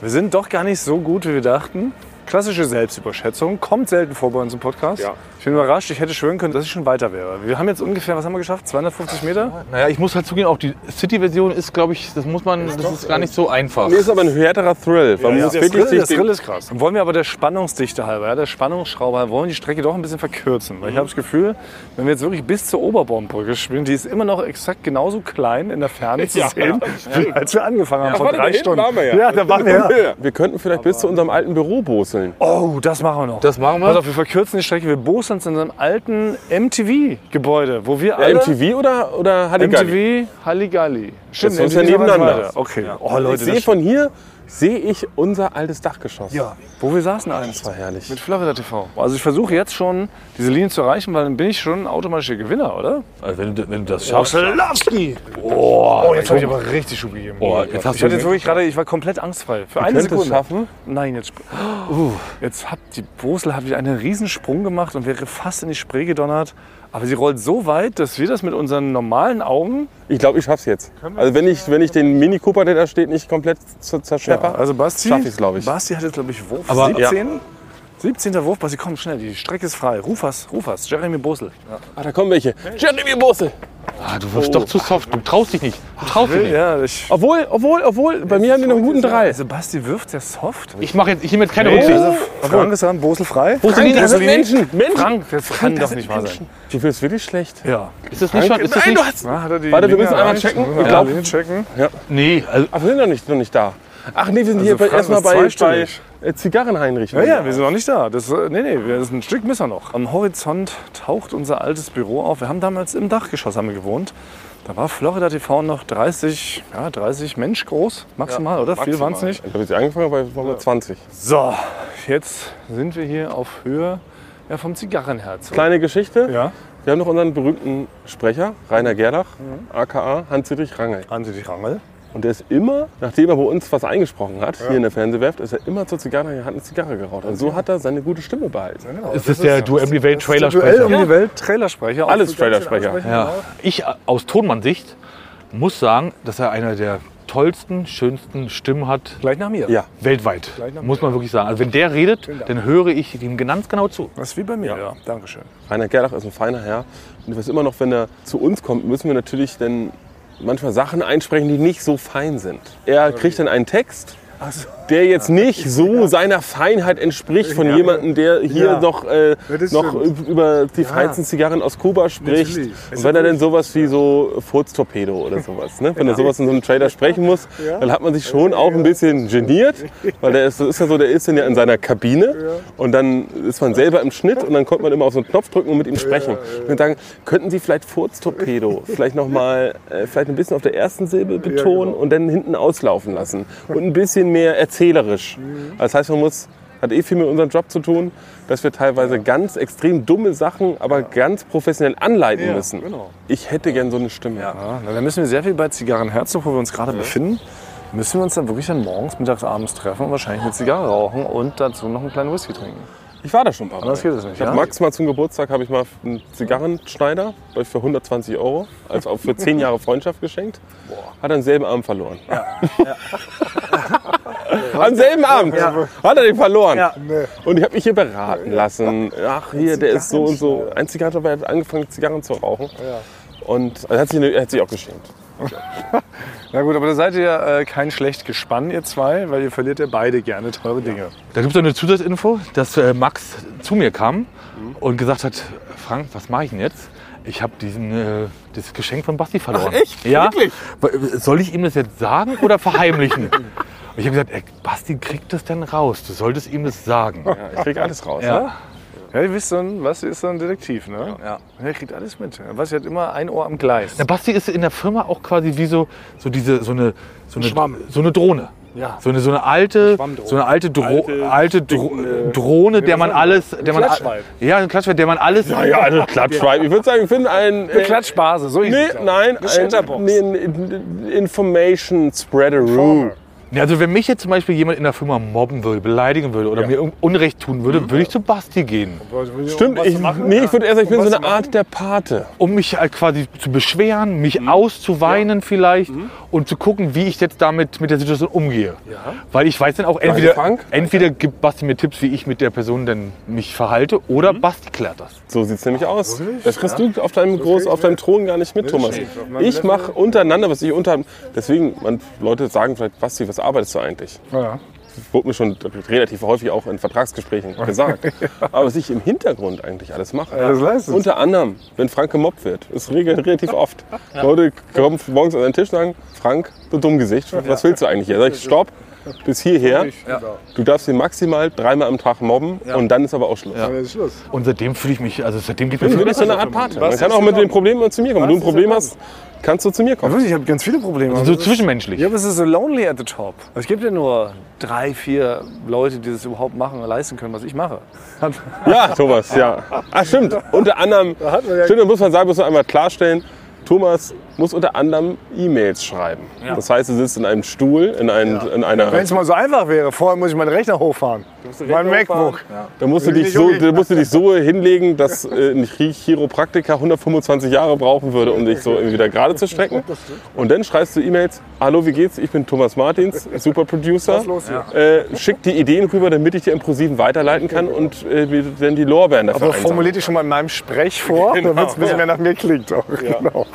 wir sind doch gar nicht so gut, wie wir dachten. Klassische Selbstüberschätzung, kommt selten vor bei uns im Podcast.
Ja.
Ich bin überrascht, ich hätte schwören können, dass ich schon weiter wäre. Wir haben jetzt ungefähr, was haben wir geschafft? 250 Meter?
Naja, ich muss halt zugeben, auch die City-Version ist, glaube ich, das muss man, das ist gar nicht so einfach.
Mir ist aber ein härterer Thrill. Man muss
der
wirklich
Thrill,
sich
der Thrill
den,
ist krass. Und wollen wir aber der Spannungsdichte halber, ja, der Spannungsschraube halber, wollen wir die Strecke doch ein bisschen verkürzen. Weil ich habe das Gefühl, wenn wir jetzt wirklich bis zur Oberbaumbrücke spielen, die ist immer noch exakt genauso klein in der Ferne zu
Ja.
sehen, wie als wir angefangen haben vor
warte, da
drei
hinten
Stunden.
waren wir ja.
da waren wir ja.
Wir könnten vielleicht bis zu unserem alten Büro boseln.
Oh, das machen wir noch.
Das machen
Pass
wir.
auf, wir verkürzen die Strecke. Wir boseln zu unserem alten MTV-Gebäude, wo wir alle...
MTV oder, oder Halligalli?
MTV Halligalli. Stimmt,
sonst
MTV
ja
war
nebeneinander.
weiter. Okay. Oh, Leute,
ich sehe
das
von hier sehe ich unser altes Dachgeschoss.
ja, wo wir saßen eins.
Das war herrlich.
Mit Florida TV. Also ich versuche jetzt schon, diese Linie zu erreichen, weil dann bin ich schon automatisch der Gewinner, oder?
Also wenn, du, wenn du das schaffst.
Oselowski! Oh, jetzt habe ich aber richtig Schub gegeben.
Oh, jetzt hast
ich hatte jetzt
du
wirklich gerade, ich war komplett angstfrei. Für eine
könntest
Sekunde.
es schaffen.
Nein, jetzt. Uh, jetzt hat die Bosel hat wieder einen Riesensprung gemacht und wäre fast in die Spree gedonnert. Aber sie rollt so weit, dass wir das mit unseren normalen Augen.
Ich glaube, ich schaff's jetzt. Also wenn ich, wenn ich den Mini Cooper, der da steht, nicht komplett z- zerstöre, Stepper.
Also Basti,
Schaff ich's, glaub ich.
Basti hat jetzt, glaube ich, Wurf
Aber-
17. 17. Wurf, Basti, komm schnell, die Strecke ist frei. Rufas, Rufas, Jeremy Bosel.
Ah, da kommen welche. Jeremy Bosel.
Ah, du wirst doch zu soft. Du traust dich nicht. Du traust dich nicht.
Ja, ich,
Obwohl, obwohl, obwohl, bei mir haben die noch einen guten Drei.
Also Basti wirft ja soft.
Ich mache jetzt, ich nehme jetzt keine Rücksicht.
Also Frank ist dran, Bosel frei.
Frank, das sind Menschen. Menschen.
Frank, das kann doch nicht wahr sein.
Du fühlst wirklich schlecht.
Ja.
Ist das nicht schon? Ist das
Nein,
nicht?
du hast.
Na, hat er die
Warte, wir
Linie
müssen einmal
erreicht?
checken.
Müssen
Ich
Wir
glaub-
glaub, checken.
Nee, also
Ach, wir sind noch nicht, noch nicht da. Ach nee, wir sind hier
Also
bei,
Frank
erstmal
ist
bei, bei
zweistellig.
äh, Zigarrenheinrich.
Ja, ja, wir sind noch nicht da. Das, äh, nee, nee, wir, das ist ein Stück müssen wir noch. Am Horizont taucht unser altes Büro auf. Wir haben damals im Dachgeschoss haben wir gewohnt. Da war Florida TV noch 30, ja, 30 Mensch groß, maximal, oder? Viel waren es nicht.
Ich habe jetzt angefangen bei 120.
So, jetzt sind wir hier auf Höhe ja, vom Zigarrenherz.
Kleine Geschichte.
Ja,
Wir haben noch unseren berühmten Sprecher, Rainer Gerlach,
Mhm.
aka Hans-Dietrich Rangel.
haben Sie dich Rangel?
Und der ist immer, nachdem er bei uns was eingesprochen hat, hier in der Fernsehwerft, ist er immer zur Zigarre, hat eine Zigarre geraucht. Und so hat er seine gute Stimme behalten.
ist das der Duell um die Welt Trailer
Duell um die Welt, Trailersprecher.
Alles
Auch so ganz schön
Trailersprecher.
Ja. Ich äh, aus Tonmann-Sicht muss sagen, dass er einer der tollsten, schönsten Stimmen hat
Gleich nach mir.
Ja.
weltweit. Muss man wirklich sagen. Also wenn der redet, dann höre ich ihm ganz genau zu.
Das ist wie bei mir. Ja, Dankeschön.
Rainer Gerlach ist ein feiner Herr. Und ich weiß immer noch, wenn er zu uns kommt, müssen wir natürlich dann manchmal Sachen einsprechen, die nicht so fein sind. Er kriegt dann einen Text, der jetzt nicht so seiner Feinheit entspricht von jemandem, der hier
Ja.
noch, äh,
Ja, das
noch
stimmt.
über die feinsten Zigarren aus Kuba spricht.
Natürlich.
Und wenn er dann sowas wie so Furztorpedo oder sowas, ne? wenn er sowas in so einem Trailer sprechen muss, dann hat man sich schon auch ein bisschen geniert, weil der ist, das ist ja so, der ist dann ja in seiner Kabine und dann ist man selber im Schnitt und dann konnte man immer auf so einen Knopf drücken und mit ihm sprechen. Und sagen, könnten Sie vielleicht Furztorpedo vielleicht noch mal, äh, vielleicht ein bisschen auf der ersten Silbe betonen
genau.
und dann hinten auslaufen lassen und ein bisschen mehr erzählerisch.
Mhm.
Also Das heißt, man muss hat eh viel mit unserem Job zu tun, dass wir teilweise ganz extrem dumme Sachen, aber ganz professionell anleiten
Ja,
müssen.
genau.
Ich hätte gern so eine Stimme.
Ja, Ah, na, da müssen wir sehr viel bei Zigarrenherzog, wo wir uns gerade befinden, müssen wir uns dann wirklich dann morgens, mittags, abends treffen und wahrscheinlich eine Zigarre rauchen und dazu noch einen kleinen Whisky trinken.
Ich war da schon ein paar Mal.
Anders geht es nicht,
Ich hab
ja?
Max mal zum Geburtstag habe ich mal einen Zigarrenschneider glaub ich, für 120 Euro, also auch für 10 Jahre Freundschaft geschenkt. Hat er am selben Abend verloren. am selben Abend hat er den verloren. Und ich habe mich hier beraten lassen. Ach hier, der ist so und so. Ein Zigarrenschneider hat angefangen Zigarren zu rauchen. Und er hat, sich, er hat sich auch geschämt.
Na gut, aber da seid ihr äh, kein schlecht Gespann, ihr zwei, weil ihr verliert ja beide gerne teure Dinge.
Da gibt es eine Zusatzinfo, dass äh, Max zu mir kam und gesagt hat, Frank, was mache ich denn jetzt? Ich habe diesen äh, das Geschenk von Basti verloren. echt? Ja. Wirklich? Soll ich ihm das jetzt sagen oder verheimlichen? und ich habe gesagt, ey, Basti kriegt das dann raus. Du solltest ihm das sagen.
Ja, ich krieg alles raus.
Ja.
ne?
Ja, ihr wisst so ein, was ist so ein Detektiv, ne?
Ja.
Er kriegt alles mit. Was, er hat immer ein Ohr am Gleis.
Na, Basti ist in der Firma auch quasi wie so, so diese so eine so
Schwamm.
eine, so eine Drohne.
Ja.
So eine, so eine alte,
Schwammdrohne.
so eine alte, Dro
Alte,
alte, Dro Drohne, der man alles, der man
Klatschschweif.
ja, ein Klatschweif, der man alles,
Ah ja, eine Klatschschweibe. Ich würde sagen, wir finden einen. äh,
Eine Klatschbase, so hieß
Nee,
es ja.
nein,
Eine
ein,
Chatterbox.
nee, ein in- Information Spreader Room.
Ja, also wenn mich jetzt zum Beispiel jemand in der Firma mobben würde, beleidigen würde oder mir irgend- Unrecht tun würde, würde ich zu Basti gehen,
Stimmt, ich, nee, ich würde eher sagen, ich bin so eine Art der Pate.
um mich halt quasi zu beschweren, mich auszuweinen vielleicht und zu gucken, wie ich jetzt damit mit der Situation umgehe. Weil ich weiß dann auch entweder,
Frank?
entweder gibt Basti mir Tipps, wie ich mit der Person denn mich verhalte, oder Basti klärt das.
So sieht's nämlich aus. Das kriegst du auf deinem groß, auf deinem Thron gar nicht mit, Thomas.
steht auf meinem
Ich mache untereinander, was ich unter. Deswegen, man, Leute sagen vielleicht, Basti, was arbeitest du eigentlich?
Ah, Ja.
Wurde mir schon relativ häufig auch in Vertragsgesprächen gesagt. Aber was ich im Hintergrund eigentlich alles mache.
Alles leistest.
Unter anderem, wenn Frank gemobbt wird, ist regel- relativ oft. Leute kommen morgens an den Tisch und sagen, Frank, du dumm Gesicht, was willst du eigentlich hier? Sag ich, stopp, bis hierher. Du darfst ihn maximal dreimal am Tag mobben und dann ist aber auch Schluss.
Jetzt ist Schluss.
Und seitdem fühle ich mich, also seitdem geht mir
Du bist so
viel
eine Art Partner. Man
Was
kann
ist
auch mit
genommen?
den Problemen mal zu mir kommen. Wenn du ein
ist
Problem
genommen?
hast, kannst du zu mir
Ja,
kommen.
wirklich, ich habe ganz viele Probleme.
so
Also das ist-
zwischenmenschlich.
Ja, aber es ist so lonely at the top. Also es gibt ja nur drei, vier Leute, die das überhaupt machen und leisten können, was ich mache.
Ja, Thomas, ja. Ah, stimmt. Unter anderem,
hat man ja-
stimmt, da muss man sagen, muss man einmal klarstellen, Thomas muss unter anderem E-Mails schreiben. Das heißt, du sitzt in einem Stuhl, in, ein, in einer.
Wenn es mal so einfach wäre, vorher muss ich meinen Rechner hochfahren. Mein MacBook.
Da musst, du
Will
dich
ich auch
so,
nicht.
da musst du dich so hinlegen, dass äh, ein Chi- Chiropraktiker 125 Jahre brauchen würde, um dich so irgendwie wieder gerade zu strecken. Und dann schreibst du E-Mails, hallo, wie geht's? Ich bin Thomas Martins, super Producer. Äh, schick die Ideen rüber, damit ich die Impulsiven weiterleiten kann und äh, wir dann die Lorbeeren dafür
Aber
einsammeln.
formulier dich schon mal in meinem Sprech vor, dann wird es ein bisschen mehr nach mir klingt. Auch. Genau.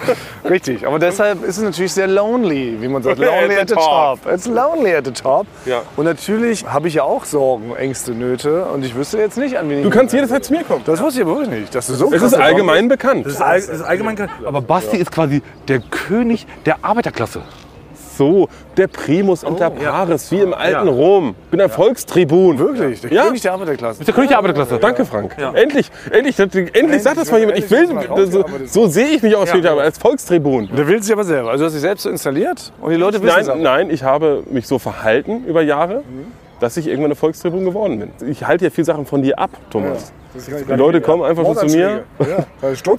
Richtig. Aber deshalb ist es natürlich sehr lonely, wie man sagt. Lonely at the top. It's lonely at the top.
Ja.
Und natürlich habe ich ja auch Sorgen, Ängste, Nöte. Und ich wüsste jetzt nicht, an wen ich.
Du kannst jederzeit zu mir kommen.
Das wusste ich aber wirklich nicht. Dass du so
Es ist
krasse Sorgen-
allgemein bekannt.
Das ist, all, das ist allgemein klar. Aber Basti ist quasi der König der Arbeiterklasse.
So, der Primus inter pares, wie im alten
Ja.
Rom. Ich bin ein Volkstribun.
Oh, Wirklich? Der
Ja.
König der Arbeiterklasse.
Ist der König der Arbeiterklasse.
Danke, Frank. Endlich, endlich, das- endlich sagt das mal jemand. Ich will,
endlich ist mal raus,
so,
aber das-
so sehe ich mich aus später, aber als Volkstribun.
Der will sich aber selber. Also du hast dich selbst so installiert und die Leute wissen es
Nein,
aber.
nein, ich habe mich so verhalten über Jahre,
Mhm.
dass ich irgendwann eine Volkstribun geworden bin. Ich halte ja viele Sachen von dir ab, Thomas. Die Leute kommen einfach schon zu mir.
Ja,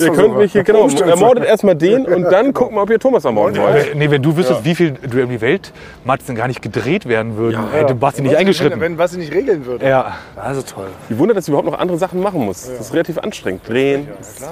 Ihr könnt mich hier, genau, ermordet erstmal den und dann gucken wir, ob ihr Thomas ermorden wollt.
Wenn- äh, Nee, wenn du wüsstest, wie viel Duell die Welt Matzen gar nicht gedreht werden würden, hätte Basti nicht
eingeschrieben.
eingeschritten.
Wenn was sie nicht regeln würde.
ja.
Also toll.
Ich wundere, dass du überhaupt noch andere Sachen machen musst. Das ist relativ anstrengend. Drehen,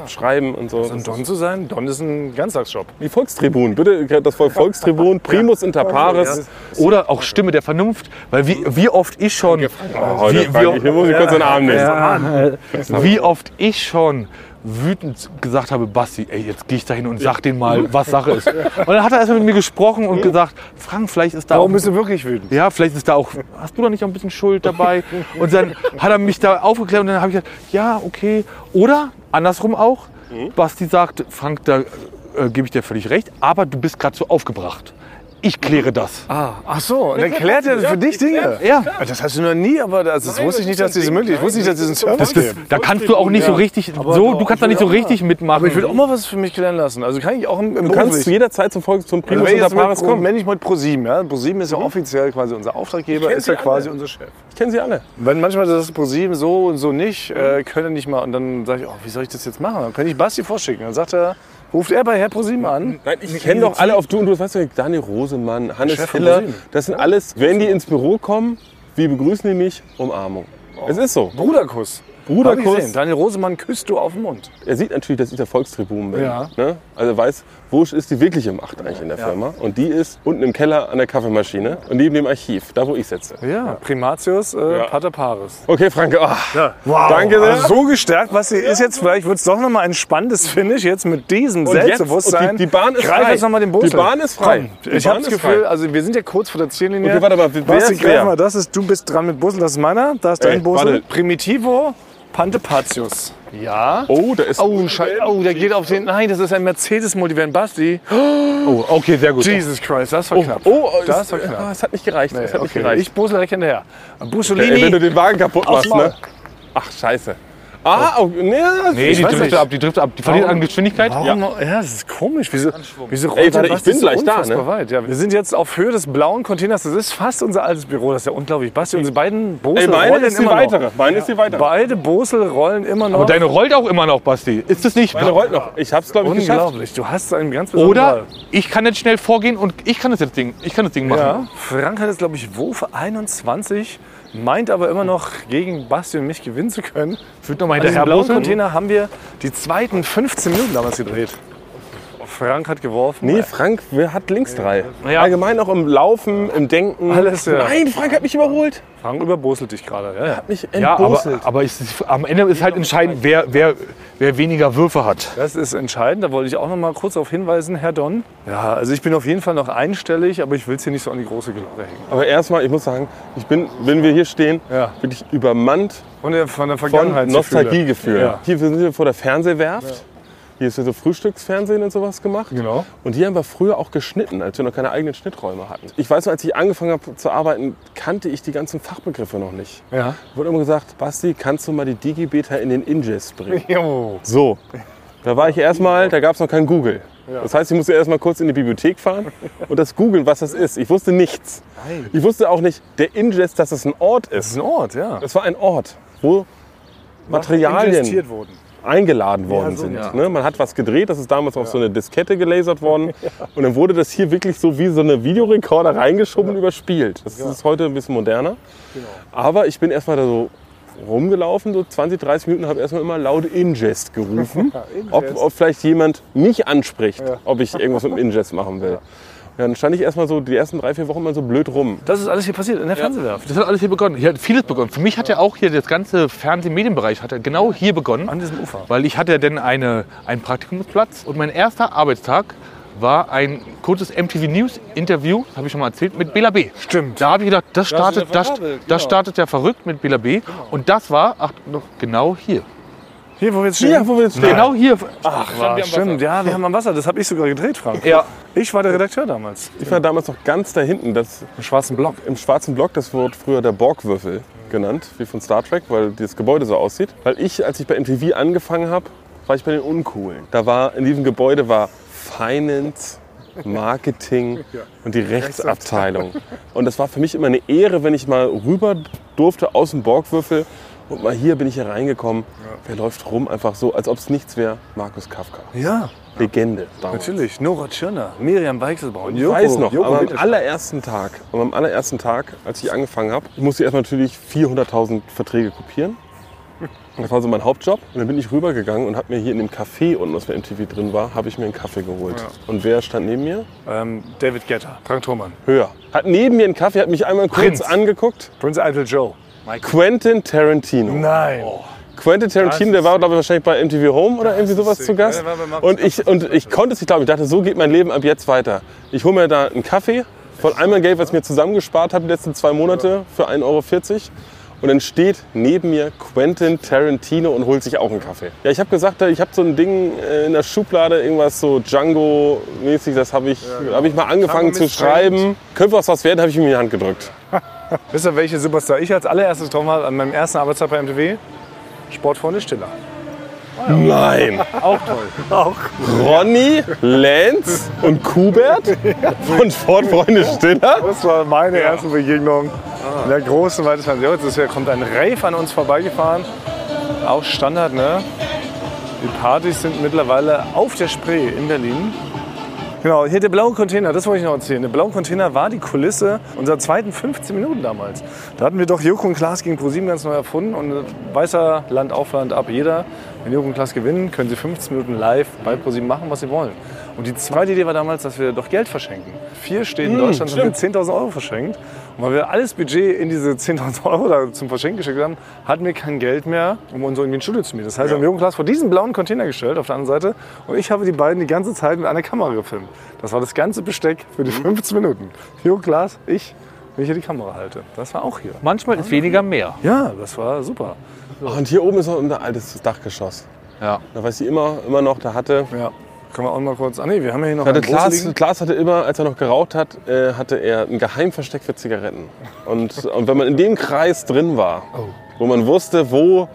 schreiben und so.
Und Don zu sein? Don ist ein Ganztagsjob.
Die Volkstribun, bitte, das Volk Volkstribun, Primus inter pares.
Oder auch Stimme der Vernunft, weil wie, wie oft ich schon,
Oh, heute
wie,
Frank, ich hier muss ich kurz den Arm nehmen.
wie, wie oft ich schon wütend gesagt habe, Basti, ey, jetzt gehe ich da hin und sag denen mal, was Sache ist. Und dann hat er erstmal mit mir gesprochen und gesagt, Frank, vielleicht ist da
Warum
auch,
bist du wirklich wütend?
ja, vielleicht ist da auch, hast du da nicht auch ein bisschen Schuld dabei? Und dann hat er mich da aufgeklärt und dann habe ich gesagt, ja, okay. Oder andersrum auch,
Mhm.
Basti sagt, Frank, da äh, gebe ich dir völlig recht, aber du bist gerade so aufgebracht. Ich kläre das.
Ah, ach so, und dann klärt er für dich Dinge. Ah,
Ja.
Das hast du noch nie, aber das, das wusste ich nicht, dass diese Möglichkeit, ich wusste nicht, dass es diesen Service
Das ist,
gibt.
da kannst du auch nicht so richtig, so, du kannst da nicht so richtig mitmachen.
Aber ich will auch mal was für mich klären lassen. Also kann ich auch im, im
Du kannst zu
Beruflichen.
jeder Zeit zum Volk zum
also
Primus
wenn ich
inter
jetzt
pares
mit, Pro-
kommen.
wenn ich mit ProSieben, ja, ProSieben ist ja offiziell quasi unser Auftraggeber, ist ja
die
quasi unser Chef.
Ich kenne sie alle.
Wenn manchmal das ProSieben so und so nicht, äh, können nicht mal, und dann sage ich, oh, wie soll ich das jetzt machen? Dann kann ich Basti vorschicken. Dann sagt er, ruft er bei Herr ProSieben an.
Nein, ich kenne doch alle auf Du und Du. Weißt du, Daniel Rosemann, Hannes
Chef von
Hiller.
ProSieben.
Das sind alles, wenn die ins Büro kommen, wie begrüßen die mich? Umarmung. Es ist so.
Bruderkuss. Hab ich gesehen.
Bruderkuss.
Daniel Rosemann küsst du auf den Mund.
Er sieht natürlich, dass ich der Volkstribun bin.
Ja.
Ne? Also er weiß, wo ist die wirkliche Macht eigentlich in der Firma. Und die ist unten im Keller an der Kaffeemaschine und neben dem Archiv, da wo ich sitze.
Ja, Primatius, äh,
Ja.
Pater Paris.
Okay, Franke. ah.
Wow.
Danke sehr.
Also so gestärkt, was sie ist jetzt, vielleicht wird es doch nochmal ein spannendes Finish jetzt mit diesem
Und jetzt-
Selbstbewusstsein.
und die- die Bahn ist
Greif
frei.
jetzt nochmal den Bus.
Die Bahn ist frei.
Komm,
Die
ich
Bahn
habe das
ist
Gefühl,
frei.
also wir sind ja kurz vor der Ziellinie.
Okay, warte mal, wer
Basti,
ist
greif
wer?
mal, das ist, du bist dran mit Bussel, das ist meiner, da ist dein
Ey,
Bussel.
warte.
Primitivo Pantepatius. Ja.
Oh, da ist.
Oh, Scheiße. Oh, der geht auf den. Nein, das ist ein Mercedes-Multivan Basti.
Oh, okay, sehr gut.
Jesus Christ, das war knapp.
Oh,
das war
es,
knapp.
ah, es hat nicht gereicht.
Nee,
es hat nicht
okay.
gereicht.
Ich bussel direkt hinterher. Bussolini.
Ey, wenn du den Wagen kaputt
Aus
machst, ne? Ach, scheiße. Ah, oh, ne, das-
Nee, die
weiß
driftet
nicht.
ab, die driftet ab, die verliert
Warum?
an Geschwindigkeit.
Warum? Ja. das ist komisch. Wieso, wieso
Ey, warte, ich
Basti
bin
so
gleich da,
unfassbar
ne?
Weit. Ja, wir sind jetzt auf Höhe des blauen Containers. Das ist fast unser altes Büro. Das ist ja unglaublich. Basti, unsere beiden Bosel
Ey, meine
rollen
ist die
immer
weitere.
noch.
Meine ist die weitere.
Beide Bosel rollen immer noch.
Aber deine rollt auch immer noch, Basti. Ist das nicht?
Meine rollt noch. Ich hab's, glaube ich, geschafft.
Unglaublich. Du hast einen ganz besonderen
Oder
Ball.
ich kann jetzt schnell vorgehen und ich kann das jetzt Ding, ich kann das Ding machen.
Ja. Frank hat jetzt, glaube ich, Wurf 21. Meint aber immer noch, gegen Basti und mich gewinnen zu können.
Ich würde noch mal
An diesem
hinterher
Also blauen
bloßen.
Container haben wir die zweiten 15 Minuten damals gedreht. Frank hat geworfen.
Nee, Frank, wer hat links drei?
Ja.
Allgemein auch im Laufen, im Denken.
Alles, ja.
Nein, Frank hat mich überholt.
Frank überboselt dich gerade. Ja, ja.
Hat mich
Ja, aber,
entbosselt.
aber es ist, am Ende ist halt entscheidend, wer, wer, wer weniger Würfe hat.
Das ist entscheidend. Da wollte ich auch noch mal kurz darauf hinweisen, Herr Don. Ja, also ich bin auf jeden Fall noch einstellig, aber ich will es hier nicht so an die große Glocke hängen.
Aber erstmal, ich muss sagen, ich bin, wenn wir hier stehen,
Ja.
wirklich übermannt
Von der, von der Vergangenheit.
von Nostalgiegefühl.
Ja.
Hier sind wir vor der Fernsehwerft. Hier ist ja so Frühstücksfernsehen und sowas gemacht.
Genau.
Und hier haben wir früher auch geschnitten, als wir noch keine eigenen Schnitträume hatten. Ich weiß noch, als ich angefangen habe zu arbeiten, kannte ich die ganzen Fachbegriffe noch nicht.
Ja.
Wurde immer gesagt, Basti, kannst du mal die Digibeta in den Ingest bringen?
Jo.
So, da war ich erstmal, da gab es noch kein Google. Das heißt, ich musste erstmal kurz in die Bibliothek fahren und das googeln, was das ist. Ich wusste nichts.
Nein.
Ich wusste auch nicht, der Ingest, dass das ein Ort
Das
ist.
ist ein Ort, ja.
Das war ein Ort, wo Materialien
wurden.
eingeladen worden sind. Ne? Man hat was gedreht, das ist damals auf so eine Diskette gelasert worden. Und dann wurde das hier wirklich so wie so eine Videorekorder reingeschoben und überspielt. Das ist heute ein bisschen moderner. Aber ich bin erstmal da so rumgelaufen, so 20, 30 Minuten, habe erstmal immer laut Ingest gerufen, ob, ob vielleicht jemand mich anspricht, ob ich irgendwas mit dem Ingest machen will. Ja, dann stand ich erstmal so die ersten drei, vier Wochen mal so blöd rum.
Das ist alles hier passiert in der Fernsehwerft.
Das hat alles hier begonnen. Hier hat vieles begonnen. Für mich hat ja auch hier das ganze Fernsehmedienbereich hat ja genau hier begonnen.
An diesem Ufer.
Weil ich hatte ja dann eine, einen Praktikumsplatz und mein erster Arbeitstag war ein kurzes MTV News Interview, das habe ich schon mal erzählt, mit Bela B. Stimmt. Da habe ich gedacht, das startet, das,
verkabelt,
das startet ja verrückt mit Bela B. Und das war, ach, noch genau hier.
Hier, wo wir jetzt stehen.
wo wir jetzt stehen.
Genau hier.
Ah, stimmt, ja, wir haben am Wasser. Das habe ich sogar gedreht, Frank.
Ja.
Ich war der Redakteur damals.
Ich war damals noch ganz da hinten. Das,
Im schwarzen Block.
Im schwarzen Block, das wurde früher der Borgwürfel genannt, wie von Star Trek, weil das Gebäude so aussieht. Weil ich, als ich bei MTV angefangen habe, war ich bei den Uncoolen. Da war, in diesem Gebäude war Finance, Marketing und die Rechtsabteilung. Und das war für mich immer eine Ehre, wenn ich mal rüber durfte aus dem Borgwürfel. Und mal hier bin ich hier reingekommen. Wer läuft rum einfach so, als ob es nichts wäre? Markus Kafka.
Ja,
Legende damals.
natürlich. Nora Tschirner, Miriam Weichselbaum.
Ich weiß noch, aber am allerersten Tag, aber am allerersten Tag, als ich angefangen habe, musste ich erst natürlich 400.000 Verträge kopieren. Das war so mein Hauptjob. Und dann bin ich rübergegangen und habe mir hier in dem Café unten, was bei MTV drin war, habe ich mir einen Kaffee geholt. Und wer stand neben mir?
ähm, David Getter, Frank Thoman,
Höher. Hat neben mir einen Kaffee, hat mich einmal kurz
Prinz.
angeguckt.
Prince Idol Joe.
Quentin Tarantino.
Nein.
Oh. Quentin Tarantino, der war, glaube ich, wahrscheinlich bei MTV Home oder irgendwie sowas
sick.
zu Gast.
Ja, der war bei Markus
Und ich, und ich konnte es nicht glauben. Ich dachte, so geht mein Leben ab jetzt weiter. Ich hole mir da einen Kaffee von einmal Geld, was ich mir zusammengespart habe die letzten zwei Monate für 1,40 Euro. Und dann steht neben mir Quentin Tarantino und holt sich auch einen Kaffee. Ja, ich habe gesagt, ich habe so ein Ding äh, in der Schublade, irgendwas so Django-mäßig, das habe ich, hab ich mal angefangen
genau. Django
zu
Miss Strange.
schreiben. Könnte was was werden, habe ich ihm in die Hand gedrückt.
Wisst ihr, welche Superstar ich als allererstes getroffen habe an meinem ersten Arbeitstag bei MTV? Sportfreunde Stiller.
Nein!
Auch toll. Auch
Ronny, Lenz und Kubert von Sportfreunde Stiller.
Das war meine erste Begegnung in der großen weiten Fernseh. Jetzt Ah. ist, hier- kommt ein Rave an uns vorbeigefahren. Auch Standard, ne? Die Partys sind mittlerweile auf der Spree in Berlin. Genau, hier der blaue Container, das wollte ich noch erzählen. Der blaue Container war die Kulisse unserer zweiten 15 Minuten damals. Da hatten wir doch Joko und Klaas gegen ProSieben ganz neu erfunden und weißer Land auf, Land ab, jeder. Wenn Joko und Klaas gewinnen, können sie 15 Minuten live bei ProSieben machen, was sie wollen. Und die zweite Idee war damals, dass wir doch Geld verschenken. Vier Städte
Hm,
in Deutschland haben wir 10.000 Euro verschenkt. Und weil wir alles Budget in diese 10.000 Euro da zum Verschenken geschickt haben, hatten wir kein Geld mehr, um uns irgendwie ein Studio zu mieten. Das heißt, wir haben Jürgen Klaas vor diesen blauen Container gestellt auf der anderen Seite und ich habe die beiden die ganze Zeit mit einer Kamera gefilmt. Das war das ganze Besteck für
Mhm.
die 15 Minuten. Jürgen Klaas, ich, wenn ich hier die Kamera halte. Das war auch hier.
Manchmal ist weniger mehr.
Ja, das war super.
Ach, und hier oben ist noch ein altes Dachgeschoss.
Ja.
Da weiß ich immer, immer noch, da hatte.
Ja, können wir auch mal kurz. Ah nee, wir haben ja hier noch
Da hatte
einen Groß
Klaas,
liegen.
Klaas Also hatte immer, als er noch geraucht hat, äh, hatte er ein Geheimversteck für Zigaretten. Und, und wenn man in dem Kreis drin war,
Oh.
wo man wusste, wo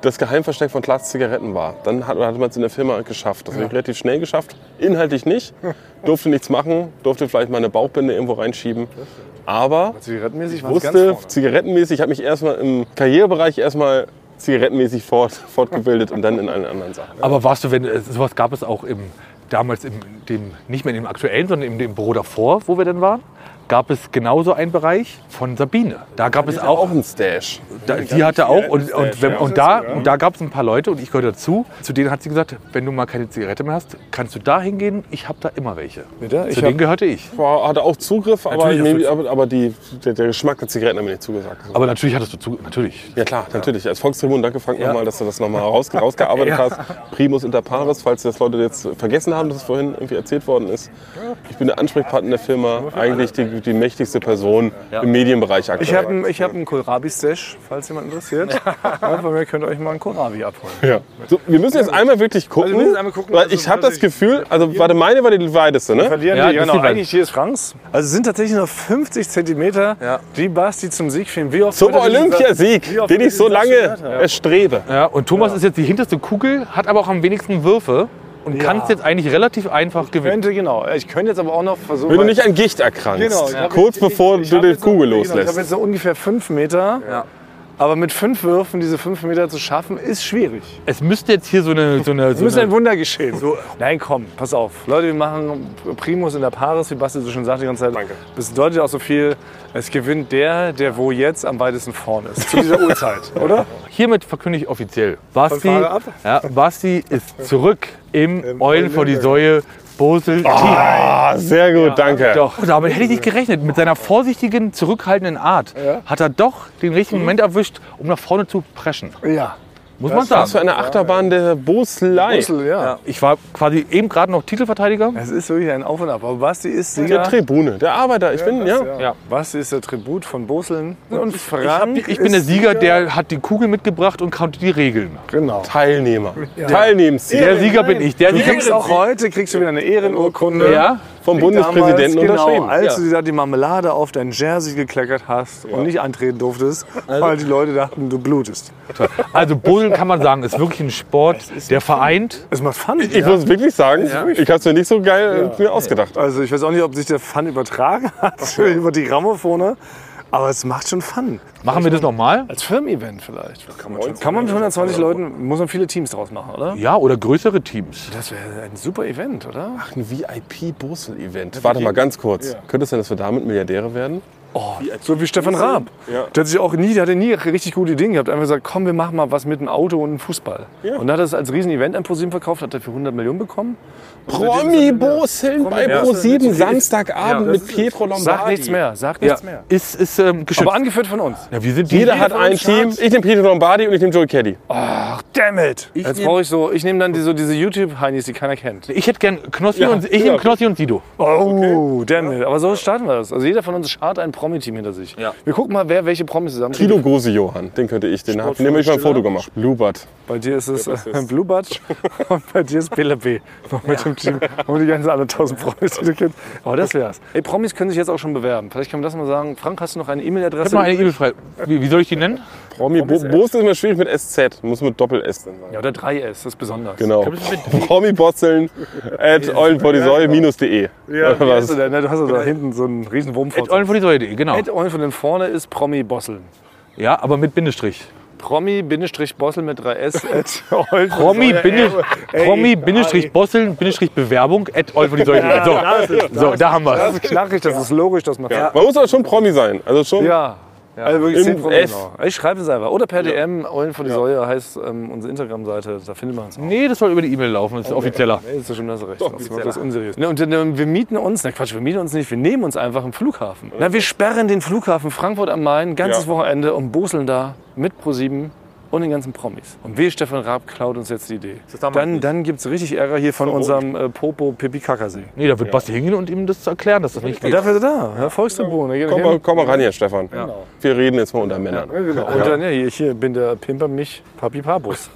das Geheimversteck von Klaas Zigaretten war, dann hat, hat man es in der Firma geschafft. Das habe ich relativ schnell geschafft. Inhaltlich nicht. Durfte nichts machen, durfte vielleicht mal eine Bauchbinde irgendwo reinschieben. Aber
Zigarettenmäßig war es ganz
wusste,
vorne.
zigarettenmäßig, ich habe mich erstmal im Karrierebereich erstmal zigarettenmäßig fort, fortgebildet und dann in allen anderen Sachen.
Aber warst du, wenn äh, sowas gab es auch im, damals im, dem, nicht mehr in dem aktuellen, sondern in dem Büro davor, wo wir dann waren, gab es genauso einen Bereich von Sabine. Da gab es auch,
ein Stash.
da, die hatte auch und, und, wenn, und da,
Ja.
und da gab es ein paar Leute und ich gehöre dazu. Zu denen hat sie gesagt, wenn du mal keine Zigarette mehr hast, kannst du da hingehen. Ich habe da immer welche.
Bitte? Ich
Zu
hab-
denen gehörte ich.
War, hatte auch Zugriff, aber,
Natürlich hast du
maybe, aber, aber die, der, der Geschmack der Zigaretten hat mir nicht zugesagt.
Aber natürlich hattest du zu, natürlich.
Ja klar, natürlich. Als Volkstribun, danke Frank nochmal, dass du das nochmal raus, rausgearbeitet hast. Primus inter pares, falls das Leute jetzt vergessen haben, dass es vorhin irgendwie erzählt worden ist. Ich bin der Ansprechpartner der Firma, eigentlich die, die mächtigste Person im Medienbereich aktuell.
Ich habe einen, ich hab einen Kohlrabi-Stash, falls jemand interessiert. Ja, Von mir könnt ihr euch mal einen Kohlrabi abholen.
Ja. So, wir müssen jetzt einmal wirklich gucken.
Also wir müssen einmal gucken,
weil
also
ich habe das
tatsächlich-
Gefühl, also warte, meine war die weiteste, ne?
verlieren
Ja,
die.
das
Genau,
ist die
eigentlich hier ist Franks. Also es sind tatsächlich nur 50 Zentimeter, die Basti zum Sieg führen. Wie oft
Zum
wird er diesen Satz-
Olympiasieg,
wie oft
den
wird
ich so
er diesen
lange
Satz gehört haben?
erstrebe.
Ja, und Thomas ist jetzt die hinterste Kugel, hat aber auch am wenigsten Würfe und
Ja.
kann es jetzt eigentlich relativ einfach
Ich
gewinnen.
könnte, genau. Ich könnte jetzt aber auch noch versuchen.
Wenn du nicht an Gicht erkrankst,
Genau, ich hab
kurz
jetzt-
bevor
ich- ich
du
hab
die
jetzt so-
Kugel
genau, Ich
loslässt.
habe jetzt so ungefähr 5 Meter. Aber mit fünf Würfen diese fünf Meter zu schaffen, ist schwierig.
Es müsste jetzt hier so eine. So eine,
Es
so
muss ein
eine
Wunder geschehen. Nein, komm, pass auf. Leute, wir machen Primus in der Paris, wie Basti so schon sagt die ganze Zeit.
Danke.
Das bedeutet auch so viel, es gewinnt der, der wo jetzt am weitesten vorne ist. Zu dieser Uhrzeit, oder?
hiermit verkündige ich offiziell. Basti,
Von Fahre ab?
ja, Basti ist zurück im, Eulen vor die Säue Bosel.
Ah, sehr gut, danke.
Doch, Oh, damit hätte ich nicht gerechnet. Mit seiner vorsichtigen, zurückhaltenden Art hat er doch den
Mhm.
richtigen Moment erwischt, um nach vorne zu preschen.
Ja.
Muss man
Was für
sagen.
eine Achterbahn der Boslei.
Brüssel, ja.
Ich war quasi eben gerade noch Titelverteidiger.
Es ist wirklich ein Auf und Ab. Aber Basti ist
Der
Sieger.
Tribune, der Arbeiter. Ich bin, ja.
Ja. Basti ist der Tribut von Boseln. Und Frank
Ich bin der
ist
Sieger, der hat die Kugel mitgebracht und kannte die Regeln.
Genau.
Teilnehmer. Teilnehmensziel.
Der Sieger bin ich. Der
Du
Sieger
kriegst auch heute kriegst du wieder eine Ehrenurkunde.
Ja?
Vom Bundespräsidenten
Damals, genau,
unterschrieben.
als
Ja.
du dir da die Marmelade auf dein Jersey gekleckert hast und nicht antreten durftest, weil die Leute dachten, du blutest.
Also Buddeln kann man sagen, ist wirklich ein Sport, der vereint.
Es macht Fun.
Ich muss wirklich sagen, ich habe es mir nicht so geil äh, mir ausgedacht.
Also ich weiß auch nicht, ob sich der Fun übertragen hat über die Grammophone, aber es macht schon Fun.
Machen wir das nochmal?
Als Firmen-Event vielleicht. Kann man, mit 120 Leuten, muss man viele Teams draus machen, oder?
Ja, oder größere Teams.
Das wäre ein super Event, oder?
Ein VIP-Bosel-Event. Warte mal ganz kurz. Könnte es sein, dass wir damit Milliardäre werden?
Oh, so wie Stefan Raab.
Ja.
Der, hat sich auch nie, der hatte nie richtig gute Ideen gehabt. Einfach gesagt, komm, wir machen mal was mit dem Auto und dem Fußball. Und dann hat er es als Riesen-Event an ProSieben verkauft, hat er für 100 Millionen bekommen.
Promi-Boseln bei Pro7 Samstagabend mit Pietro
Sagt nichts mehr, sagt nichts mehr.
Ist, ist ähm, geschützt.
Aber angeführt von uns.
Ja, wir sind die-
Jeder hat ein
Start.
Team. Ich nehme Pietro Lombardi und ich nehme Joey Caddy.
Damn it! Jetzt brauche ich so, ich nehme dann die, so diese YouTube-Heinis, die keiner kennt.
Ich hätte gern Knossi und
genau.
ich nehme Knossi und Sido.
Oh, damn it. Aber so starten wir das. Also jeder von uns schart ein Promi-Team hinter sich. Wir gucken mal, wer welche Promis zusammen
Tilo Gose Johann, den könnte ich, den habe hab ich mal ein Foto gemacht. Lubert.
Bei dir ist es äh, Blue Batsch und bei dir ist BLB. Noch mit dem Team. Und die ganzen anderen 1000 Promis, die du kennst. Aber das wär's. Ey, Promis können sich jetzt auch schon bewerben. Vielleicht kann man das mal sagen. Frank, hast du noch eine
Ich mal eine
E-Mail-Adresse?
E-Mail frei. Wie, wie soll ich die nennen?
Promi Bo Bosel ist immer schwierig mit SZ, muss mit Doppel-S drin sein.
Ja, oder 3S, das ist besonders.
Genau. Promi-Bosseln at eulenvortiesäule-de.
Ja,
Oder
wie heißt
E. was?
du denn? Ne, Du hast ja da hinten so einen riesen Wurmfotz.
At Eulenvortiesäule.de, genau.
Ed Eulen von den vorne ist Promi-Bossel.
Ja, aber mit Bindestrich.
Promi-Bossel mit 3S. at Eulen von
Promi,
Säule-
Binde, Promi Bindestrich Bosseln, Bindestrich Bewerbung, at Eulenvortiesäule.de. So. so, da haben wir
Das ist knackig, das ist logisch, dass man
Man muss aber schon Promi sein. Also schon.
Ja. Also wirklich
Im
zehn Promi,
F.
genau. Ich schreibe es einfach. Oder per DM, Eulen vor die Säule heißt ähm, unsere Instagram-Seite. Da findet man es auch.
Nee, das soll über die E-Mail laufen, das ist offizieller.
Nee, das ist schon das recht. Das macht das unseriös. Ne, und dann, ähm, wir mieten uns, na Quatsch, wir mieten uns nicht, wir nehmen uns einfach einen Flughafen. Na, wir sperren den Flughafen Frankfurt am Main, ganzes
Ja.
Wochenende und boseln da mit ProSieben und den ganzen Promis. Und wir, Stefan Raab, klaut uns jetzt die Idee.
haben wir
Dann, dann gibt es richtig Ärger hier von unserem äh, Popo Pipi Kakasee.
Nee, da wird Basti hingehen und ihm das erklären, dass das nicht
Und
geht.
dafür ist er da, Herr Volksverbund. Ja,
Komm mal, komm mal ran hier, Stefan. Wir reden jetzt mal unter Männern.
Genau. Und dann, ja, hier, hier bin der Pimper mich Papi Papus.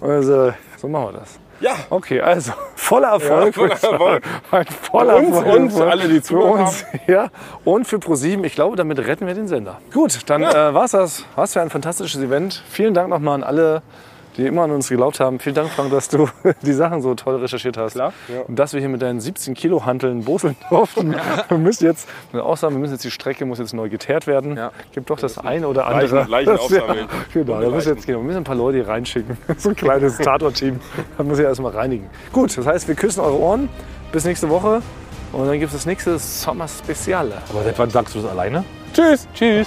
Also, so machen wir das.
Ja.
Okay, also voller Erfolg.
Ja, voller
würde ich
Erfolg.
sagen. Ein voller
Für uns
Erfolg.
und für alle, die zuhören
uns, ja. Und für ProSieben. Ich glaube, damit retten wir den Sender. Gut, dann äh, war's das. Was für ein fantastisches Event. Vielen Dank nochmal an alle, die immer an uns geglaubt haben. Vielen Dank, Frank, dass du die Sachen so toll recherchiert hast. Und dass wir hier mit deinen 17 Kilo Hanteln boseln durften. Wir müssen jetzt eine Ausnahme, wir müssen jetzt die Strecke muss jetzt neu geteert werden. Gibt doch das eine oder andere.
Leichen
Das wär-
aufsammeln.
Genau, da müssen wir jetzt gehen. Wir müssen ein paar Leute hier reinschicken. So ein kleines Tatortteam. Da muss ich erstmal reinigen. Gut, das heißt, wir küssen eure Ohren. Bis nächste Woche. Und dann gibt es das nächste Sommer Speziale.
Aber seit wann sagst du das alleine?
Tschüss.
Tschüss.